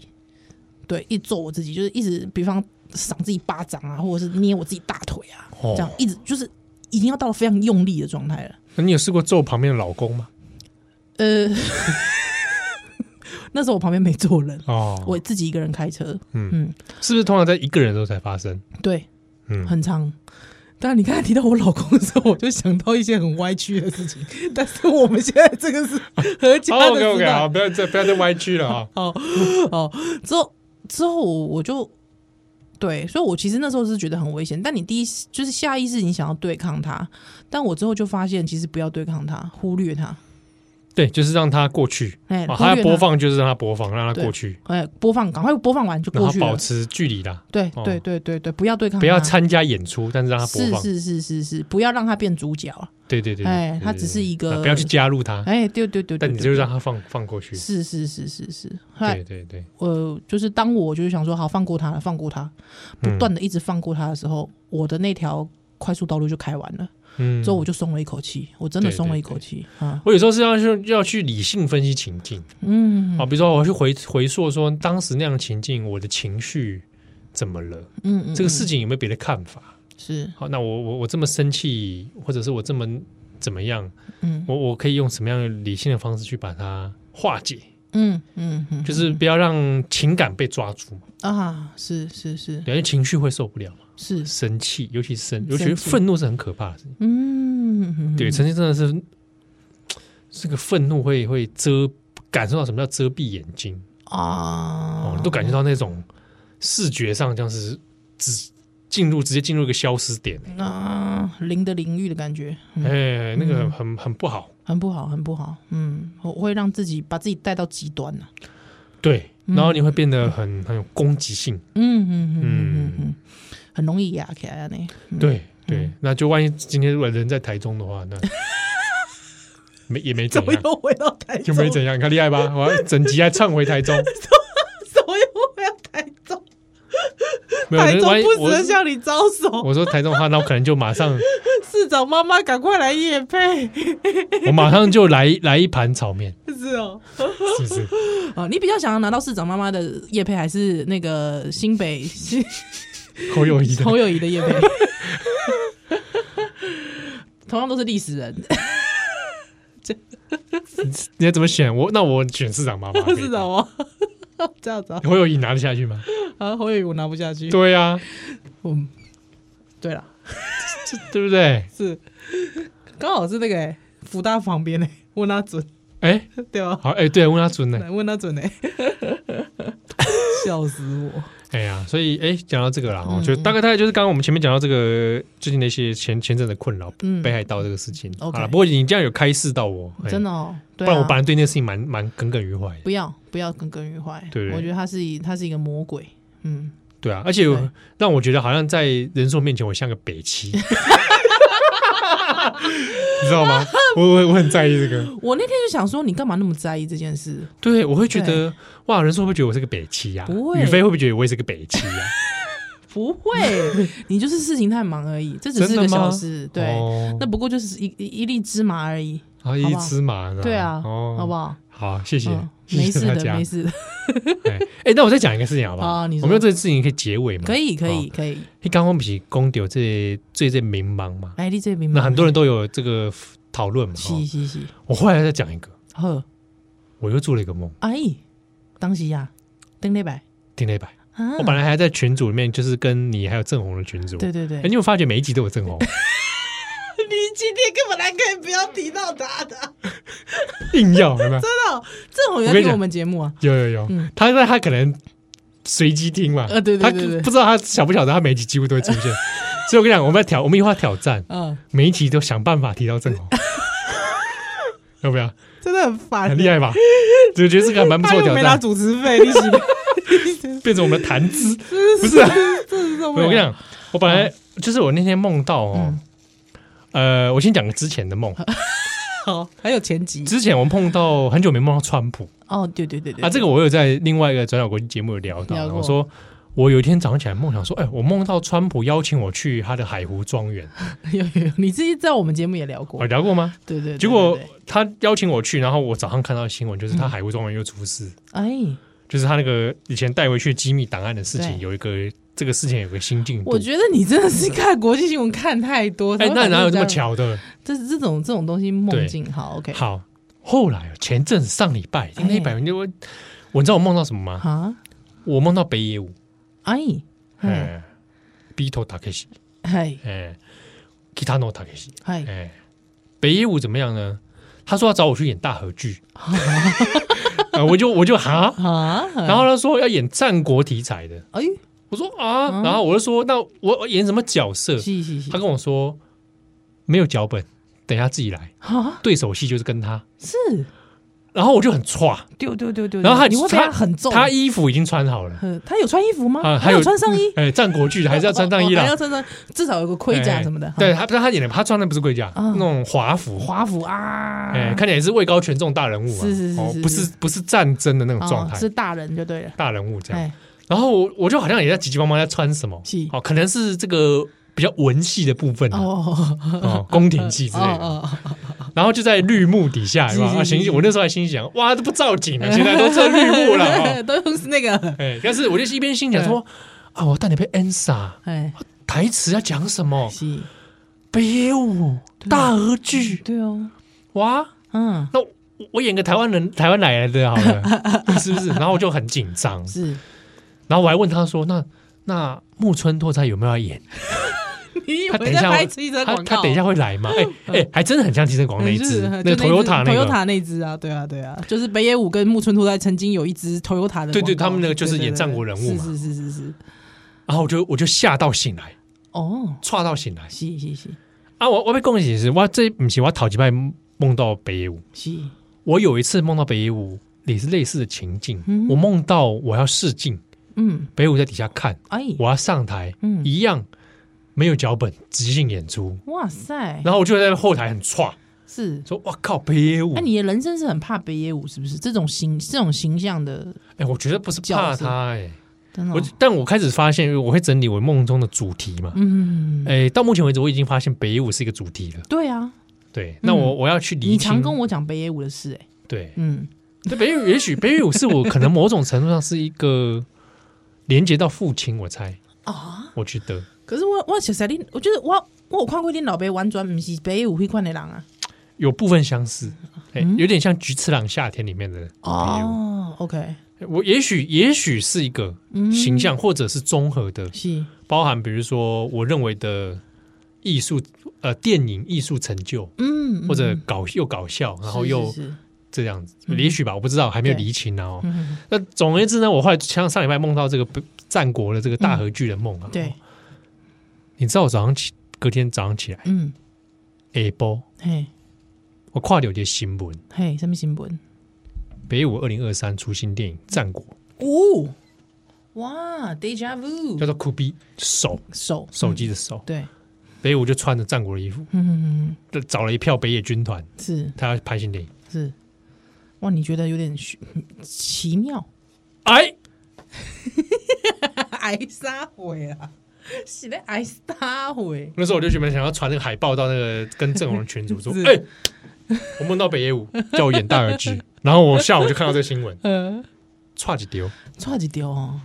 C: 对，一直揍我自己，就是一直比方赏自己巴掌啊，或者是捏我自己大腿啊，
B: 哦
C: 这样一直就是已经要到了非常用力的状态了。
B: 那你有试过揍旁边的老公吗？
C: 呃， 那时候我旁边没坐人，
B: 哦，
C: 我自己一个人开车，
B: 嗯，
C: 嗯，
B: 是不是通常在一个人的时候才发生？
C: 对，
B: 嗯，
C: 很长。但你刚才提到我老公的时候，我就想到一些很歪曲的事情。 但是我们现在这 个是合家
B: 好，OK
C: 的时
B: OK，
C: 代
B: 哦好，不要再不要再歪曲了啊！
C: 哦哦，之后之后我我就对，所以我其实那时候是觉得很危险。但你第一就是下意识你想要对抗他，但我之后就发现其实不要对抗他，忽略他，
B: 对，就是让它过去，
C: 哎
B: 啊，
C: 忽略
B: 它要
C: 它
B: 播放就是让它播放，让它过去，
C: 哎，播放赶快播放完就
B: 让
C: 过
B: 它
C: 去
B: 保
C: 了。
B: 持距离啦，
C: 对
B: 哦
C: 对对对对，不要对抗他，
B: 不要参加演出，但是让它播
C: 是
B: 放。
C: 是是是是，不要让他变主角啊。
B: 对对对，对
C: 哎
B: 对对
C: 它只是一个
B: 啊不要去加入它，
C: 哎，对对对对，
B: 但你
C: 对
B: 就
C: 对
B: 让它放放过去。
C: 是是是是是，后来
B: 对对对，
C: 呃，就是当我就是想说好放过他了，放过他，不
B: 嗯
C: 断的一直放过他的时候，我的那条快速道路就开完了，
B: 嗯
C: 之后我就松了一口气，我真的
B: 对
C: 松了
B: 对
C: 一口气啊，
B: 我有时候是要去要去理性分析情境
C: 嗯
B: 啊，比如说我要去回回溯说当时那样的情境，我的情绪怎么了？
C: 嗯嗯，
B: 这个事
C: 嗯
B: 情有没有别的看法？
C: 是
B: 好，那我我我这么生气，或者是我这么怎么样，
C: 嗯
B: 我我可以用什么样的理性的方式去把它化解？
C: 嗯嗯嗯，
B: 就是不要让情感被抓住嘛，
C: 啊，是是是
B: 对因为情绪会受不了嘛，
C: 是，
B: 生气，尤其是生，尤其是
C: 生气
B: 愤怒是很可怕的事情。
C: 嗯，
B: 对，
C: 嗯
B: 曾经真的是这个愤怒会会遮感受到什么叫遮蔽眼睛哦
C: 啊，，
B: 你都感觉到那种视觉上像是直进入直接进入一个消失点，
C: 啊零的领域的感觉，嗯
B: 哎、那个很很不好。
C: 很不好，很不好，嗯，我会让自己把自己带到极端啊了，
B: 对，然后你会变得很很有攻击性。
C: 嗯嗯嗯嗯
B: 嗯
C: 嗯，很容易压起来呢，嗯
B: 对对，那就万一今天如果人在台中的话，那没也没怎
C: 怎么
B: 样，
C: 又回到台
B: 就
C: 中？
B: 没怎样，你看厉害吧？我要整集还唱回台中，
C: 怎么又回到台中？
B: 没有
C: 台
B: 人
C: 中
B: 万一
C: 不
B: 我
C: 时的向你招手，
B: 我说台中的话，那我可能就马上
C: 市长妈妈赶快来夜配，
B: 我马上就来来一盘炒面，
C: 是哦。
B: 是不是？
C: 啊，你比较想要拿到市长妈妈的夜配，还是那个新北 新
B: 侯友谊的
C: 侯友谊的夜配？ 同样都是历史人，，
B: 你要怎么选？我那我选市长妈妈
C: 市长哦，这样子啊，
B: 侯友谊拿得下去吗？
C: 啊侯友谊我拿不下去。
B: 对呀、啊，
C: 嗯，对了，
B: 这对不对？
C: 是刚好是那个欸福大旁边呢，欸问他准
B: 哎，
C: 对吧？
B: 好，哎，对，问他准呢。
C: 来问他 准呢，笑死我。
B: 哎呀，所以哎，讲到这个啦，
C: 嗯
B: 哦，就大概大概就是刚刚我们前面讲到这个最近的一些前前阵的困扰，
C: 嗯
B: 北海道这个事情。
C: OK
B: 好了，不过你这样有开示到我，哎
C: 真的，哦，
B: 不
C: 对啊、
B: 然我本来对那件事情蛮蛮耿耿于怀的。
C: 不要不要耿耿于怀，
B: 对
C: 我觉得他是一他是一个魔鬼，嗯，
B: 对啊，而且
C: 对
B: 让我觉得好像在人数面前，我像个北 齐，你知道吗？我我我很在意这个。
C: 我那天就想说，你干嘛那么在意这件事？
B: 对，我会觉得哇，人说会不会觉得我是个北七呀、
C: 不会
B: 宇飞会不会觉得我也是个北七呀、
C: 不 会，你就是事情太忙而已，这 只是
B: 真的
C: 个
B: 吗
C: 小事，对，
B: 哦
C: 那不过就是一一一粒芝麻而已，
B: 啊，
C: 好
B: 一
C: 不好
B: 芝麻的，
C: 对啊，
B: 哦，
C: 好不？好？
B: 好，谢谢
C: 嗯，
B: 谢
C: 没
B: 谢
C: 事
B: 大
C: 的，
B: 家
C: 没。事的，
B: 哎，哎那我再讲一个事情好不好？
C: 啊你说
B: 我们用这个事情可以结尾吗？
C: 可以，可
B: 哦
C: 以，。可以，
B: 你刚刚不是讲到这最这迷茫嘛？
C: 来，你这边，
B: 那很多人都有这个讨论嘛。
C: 是
B: 哦
C: 是是，
B: 我后来再讲一个，
C: 好，
B: 我又做了一个梦，
C: 阿姨，当时呀，登礼拜
B: 听了一百。
C: 啊，
B: 我本来还在群组里面，就是跟你还有正红的群组。
C: 对对对
B: 哎，，你有发觉每一集都有正红，
C: 你今天根本来可以不要提到他的，
B: 硬要有没有？
C: 这种
B: 我
C: 人
B: 跟你
C: 听
B: 讲
C: 我们节目啊，
B: 有有有，
C: 嗯
B: 他在他可能随机听嘛，
C: 呃对对对对
B: 他不知道他晓不晓得，他每一集几乎都会出现。所以我跟你讲，我们要挑，我们以后要挑战，
C: 嗯，
B: 每一集都想办法提到正红，要不要？
C: 真的很烦，
B: 很厉害 吧？我觉得这个还蛮不
C: 他
B: 错的挑
C: 又没拿
B: 战，
C: 主持费，你是
B: 变成我们的谈资，不是啊？
C: 我
B: 我跟你，讲，我本来就是我那天梦到
C: 嗯
B: 哦，呃，我先讲个之前的梦，
C: 好，还有前集
B: 之前我们碰到很久没梦到川普，
C: 哦，对对对对
B: 啊，这个我有在另外一个转角国际节目有聊
C: 聊
B: 到，
C: 过
B: 我说我有一天早上起来梦想说，哎，我梦到川普邀请我去他的海湖庄园，
C: 有有有，你自己在我们节目也聊过
B: 我，聊过吗？
C: 对对，对
B: 结果
C: 对对
B: 他邀请我去，然后我早上看到新闻，就是他海湖庄园又出事，
C: 哎，
B: 就是他那个以前带回去机密档案的事情，
C: 对
B: 有一个这个事情有个新进
C: 我
B: 步。
C: 觉得你真的是看国际新闻看太 多，
B: 哎，
C: 才会
B: 那
C: 反
B: 哪有
C: 应
B: 这么
C: 样？
B: 巧的？
C: 这这种这种东西梦
B: 对哎
C: 境，好，OK，
B: 好，后来哦前阵子上礼拜，那一百元就我，我知道我梦到什么吗？
C: 啊，
B: 我梦到北野武，
C: 哎，哎
B: 哎，Bito Takeshi，
C: 嗨
B: 哎，Kitano Takeshi，
C: 嗨，
B: 哎，北野武怎么样呢？他说要找我去演大和剧， 啊，我就我就哈，
C: 啊，
B: 然后他说要演战国题材的，
C: 哎，
B: 我说啊，然后我就说那我我演什么角色？
C: 是是是
B: 他，跟我说没有脚本，等一下自己来，
C: 啊，
B: 对手戏就是跟他，
C: 是，
B: 然后我就很歘，
C: 对对对对，
B: 然后他
C: 你会被
B: 他
C: 他很重，
B: 他衣服已经穿好了。
C: 呃他有穿衣服吗？
B: 啊，
C: 他有穿上衣，
B: 哎，战国 剧还是要穿上衣
C: 哦还要
B: 啦，
C: 穿上，至少有个哦盔甲
B: 哎
C: 什么的，哈
B: 对他，但他演的，他穿的不是盔甲，
C: 嗯
B: 那种华服，
C: 华服啊，
B: 哎，看起来也是位高权重大人物嘛，
C: 是是是
B: 哦
C: 是
B: 不是不是战争的那种
C: 哦
B: 状态，
C: 是大人就对了，
B: 大人物这样。
C: 哎，
B: 然后我我就好像也在急急忙忙在穿什么
C: 是，
B: 哦，可能是这个比较文戏的部分啊
C: 哦
B: 哦，宫廷戏之类 的。
C: 哦哦，
B: 然后就在绿幕底下，是吧？
C: 是是
B: 啊
C: 是
B: 心我那时候还心想，哇，这不造景了，现在都这绿幕了。哦
C: 都用那个，
B: 哎，但是我就一边心想说，啊，我到底被 N 傻，
C: 哎，
B: 台词要讲什么？
C: 是，
B: 别舞大合剧
C: 对哦，
B: 哇，
C: 嗯，
B: 那我我演个台湾人，台湾来的好 了，是不是？然后我就很紧张，
C: 是，
B: 然后我还问他说，那那木村拓哉有没有要演？
C: 你以
B: 他
C: 为
B: 等一
C: 在
B: 下
C: 拍
B: 会，
C: 汽车
B: 他
C: 广告？
B: 他等一下会来吗？哎、哎、还真的很像汽车广告那一只，
C: 嗯
B: 那个
C: 就是就
B: Toyota 那个，
C: Toyota 那只啊，对啊，对啊，就是北野武跟木村拓哉曾经有一只 Toyota 的广告，
B: 对对他们那个就是
C: 对对对
B: 演战国人物嘛
C: 是是是是是，
B: 然后我就我就吓到醒来，
C: 哦，
B: 踹到醒来
C: 是是是
B: 啊！我我被恭喜是，我这不是我讨几拜梦到北野武，
C: 是，
B: 我有一次梦到北野武也是类似的情境，我梦到我要试镜，
C: 嗯，
B: 北野武在底下看，
C: 哎，
B: 我要上台，
C: 嗯
B: 一样没有脚本即兴演出，
C: 哇塞，
B: 然后我就在后台很踹，
C: 是。
B: 说哇靠北野武，
C: 那、
B: 哎、
C: 你的人生是很怕北野武，是不是？这种形这种形象的，
B: 哎我觉得不是怕
C: 角色
B: 他哎、
C: 真的哦、
B: 我但我开始发现，因为我会整理我梦中的主题嘛。
C: 嗯，
B: 诶，到目前为止，我已经发现北舞是一个主题了。
C: 对啊，
B: 对，那我我要去理
C: 你常
B: 清。
C: 跟我讲北野武的事、哎，
B: 对，
C: 嗯，
B: 对北舞也许北舞是我可能某种程度上是一个连接到父亲，我猜
C: 啊，
B: 我觉得
C: 可是我我其实你，我觉得我我有看过你老爸完全不是北野武会款的人啊，
B: 有部分相似，哎，
C: 嗯
B: 有点像菊次郎夏天里面的北
C: 哦，OK，
B: 舞。我也许也许是一个
C: 嗯
B: 形象，或者是综合的，
C: 是，
B: 包含比如说我认为的艺术呃电影艺术成就，
C: 嗯，
B: 或者搞又搞笑，然后又
C: 是是是嗯
B: 这样子，也许吧，我不知道，还没有
C: 对
B: 厘清啊哦。
C: 嗯，
B: 那总而言之呢，我后来像上礼拜梦到这个不战国的这个大和剧的梦啊，
C: 对，，
B: 你知道我早上起，隔天早上起来，
C: 嗯，
B: 下波
C: 嘿，
B: 我跨流节新闻，
C: 嘿，什么新闻？
B: 北舞二零二三出新电影《战国
C: 哦，哇
B: 叫
C: ，Deja》，Vu，
B: 做 Kubi 手
C: 手
B: 手机
C: 嗯
B: 的手，
C: 对，
B: 北舞就穿着战国的衣服，
C: 嗯，
B: 就找了一票北野军团，
C: 是
B: 他要拍新电影。
C: 是，哇，你觉得有点虚 奇妙，
B: 哎，
C: 挨杀回啊，是在爱撒回，
B: 那时候我就准备想要传那个海报到那个跟郑红群组说，
C: 是
B: 哎、我梦到北野武叫我演大儿 子，然后我下午就看到这个新闻，
C: 呃，
B: 差几丢
C: 错一条哦，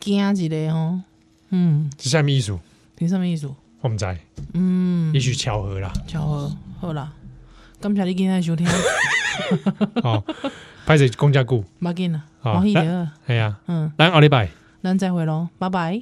C: 惊一个哦，嗯，
B: 是下面艺术，
C: 凭什么意思？
B: 我们在，
C: 嗯，
B: 也许巧合啦，
C: 巧合，好啦，感谢你今天的收听，
B: 哦，拍着公家顾，
C: 马紧啦，
B: 好
C: 欢喜
B: 来
C: 的，
B: 哎呀，
C: 哦嗯，
B: 来奥利拜。
C: 咱再会喽，拜拜。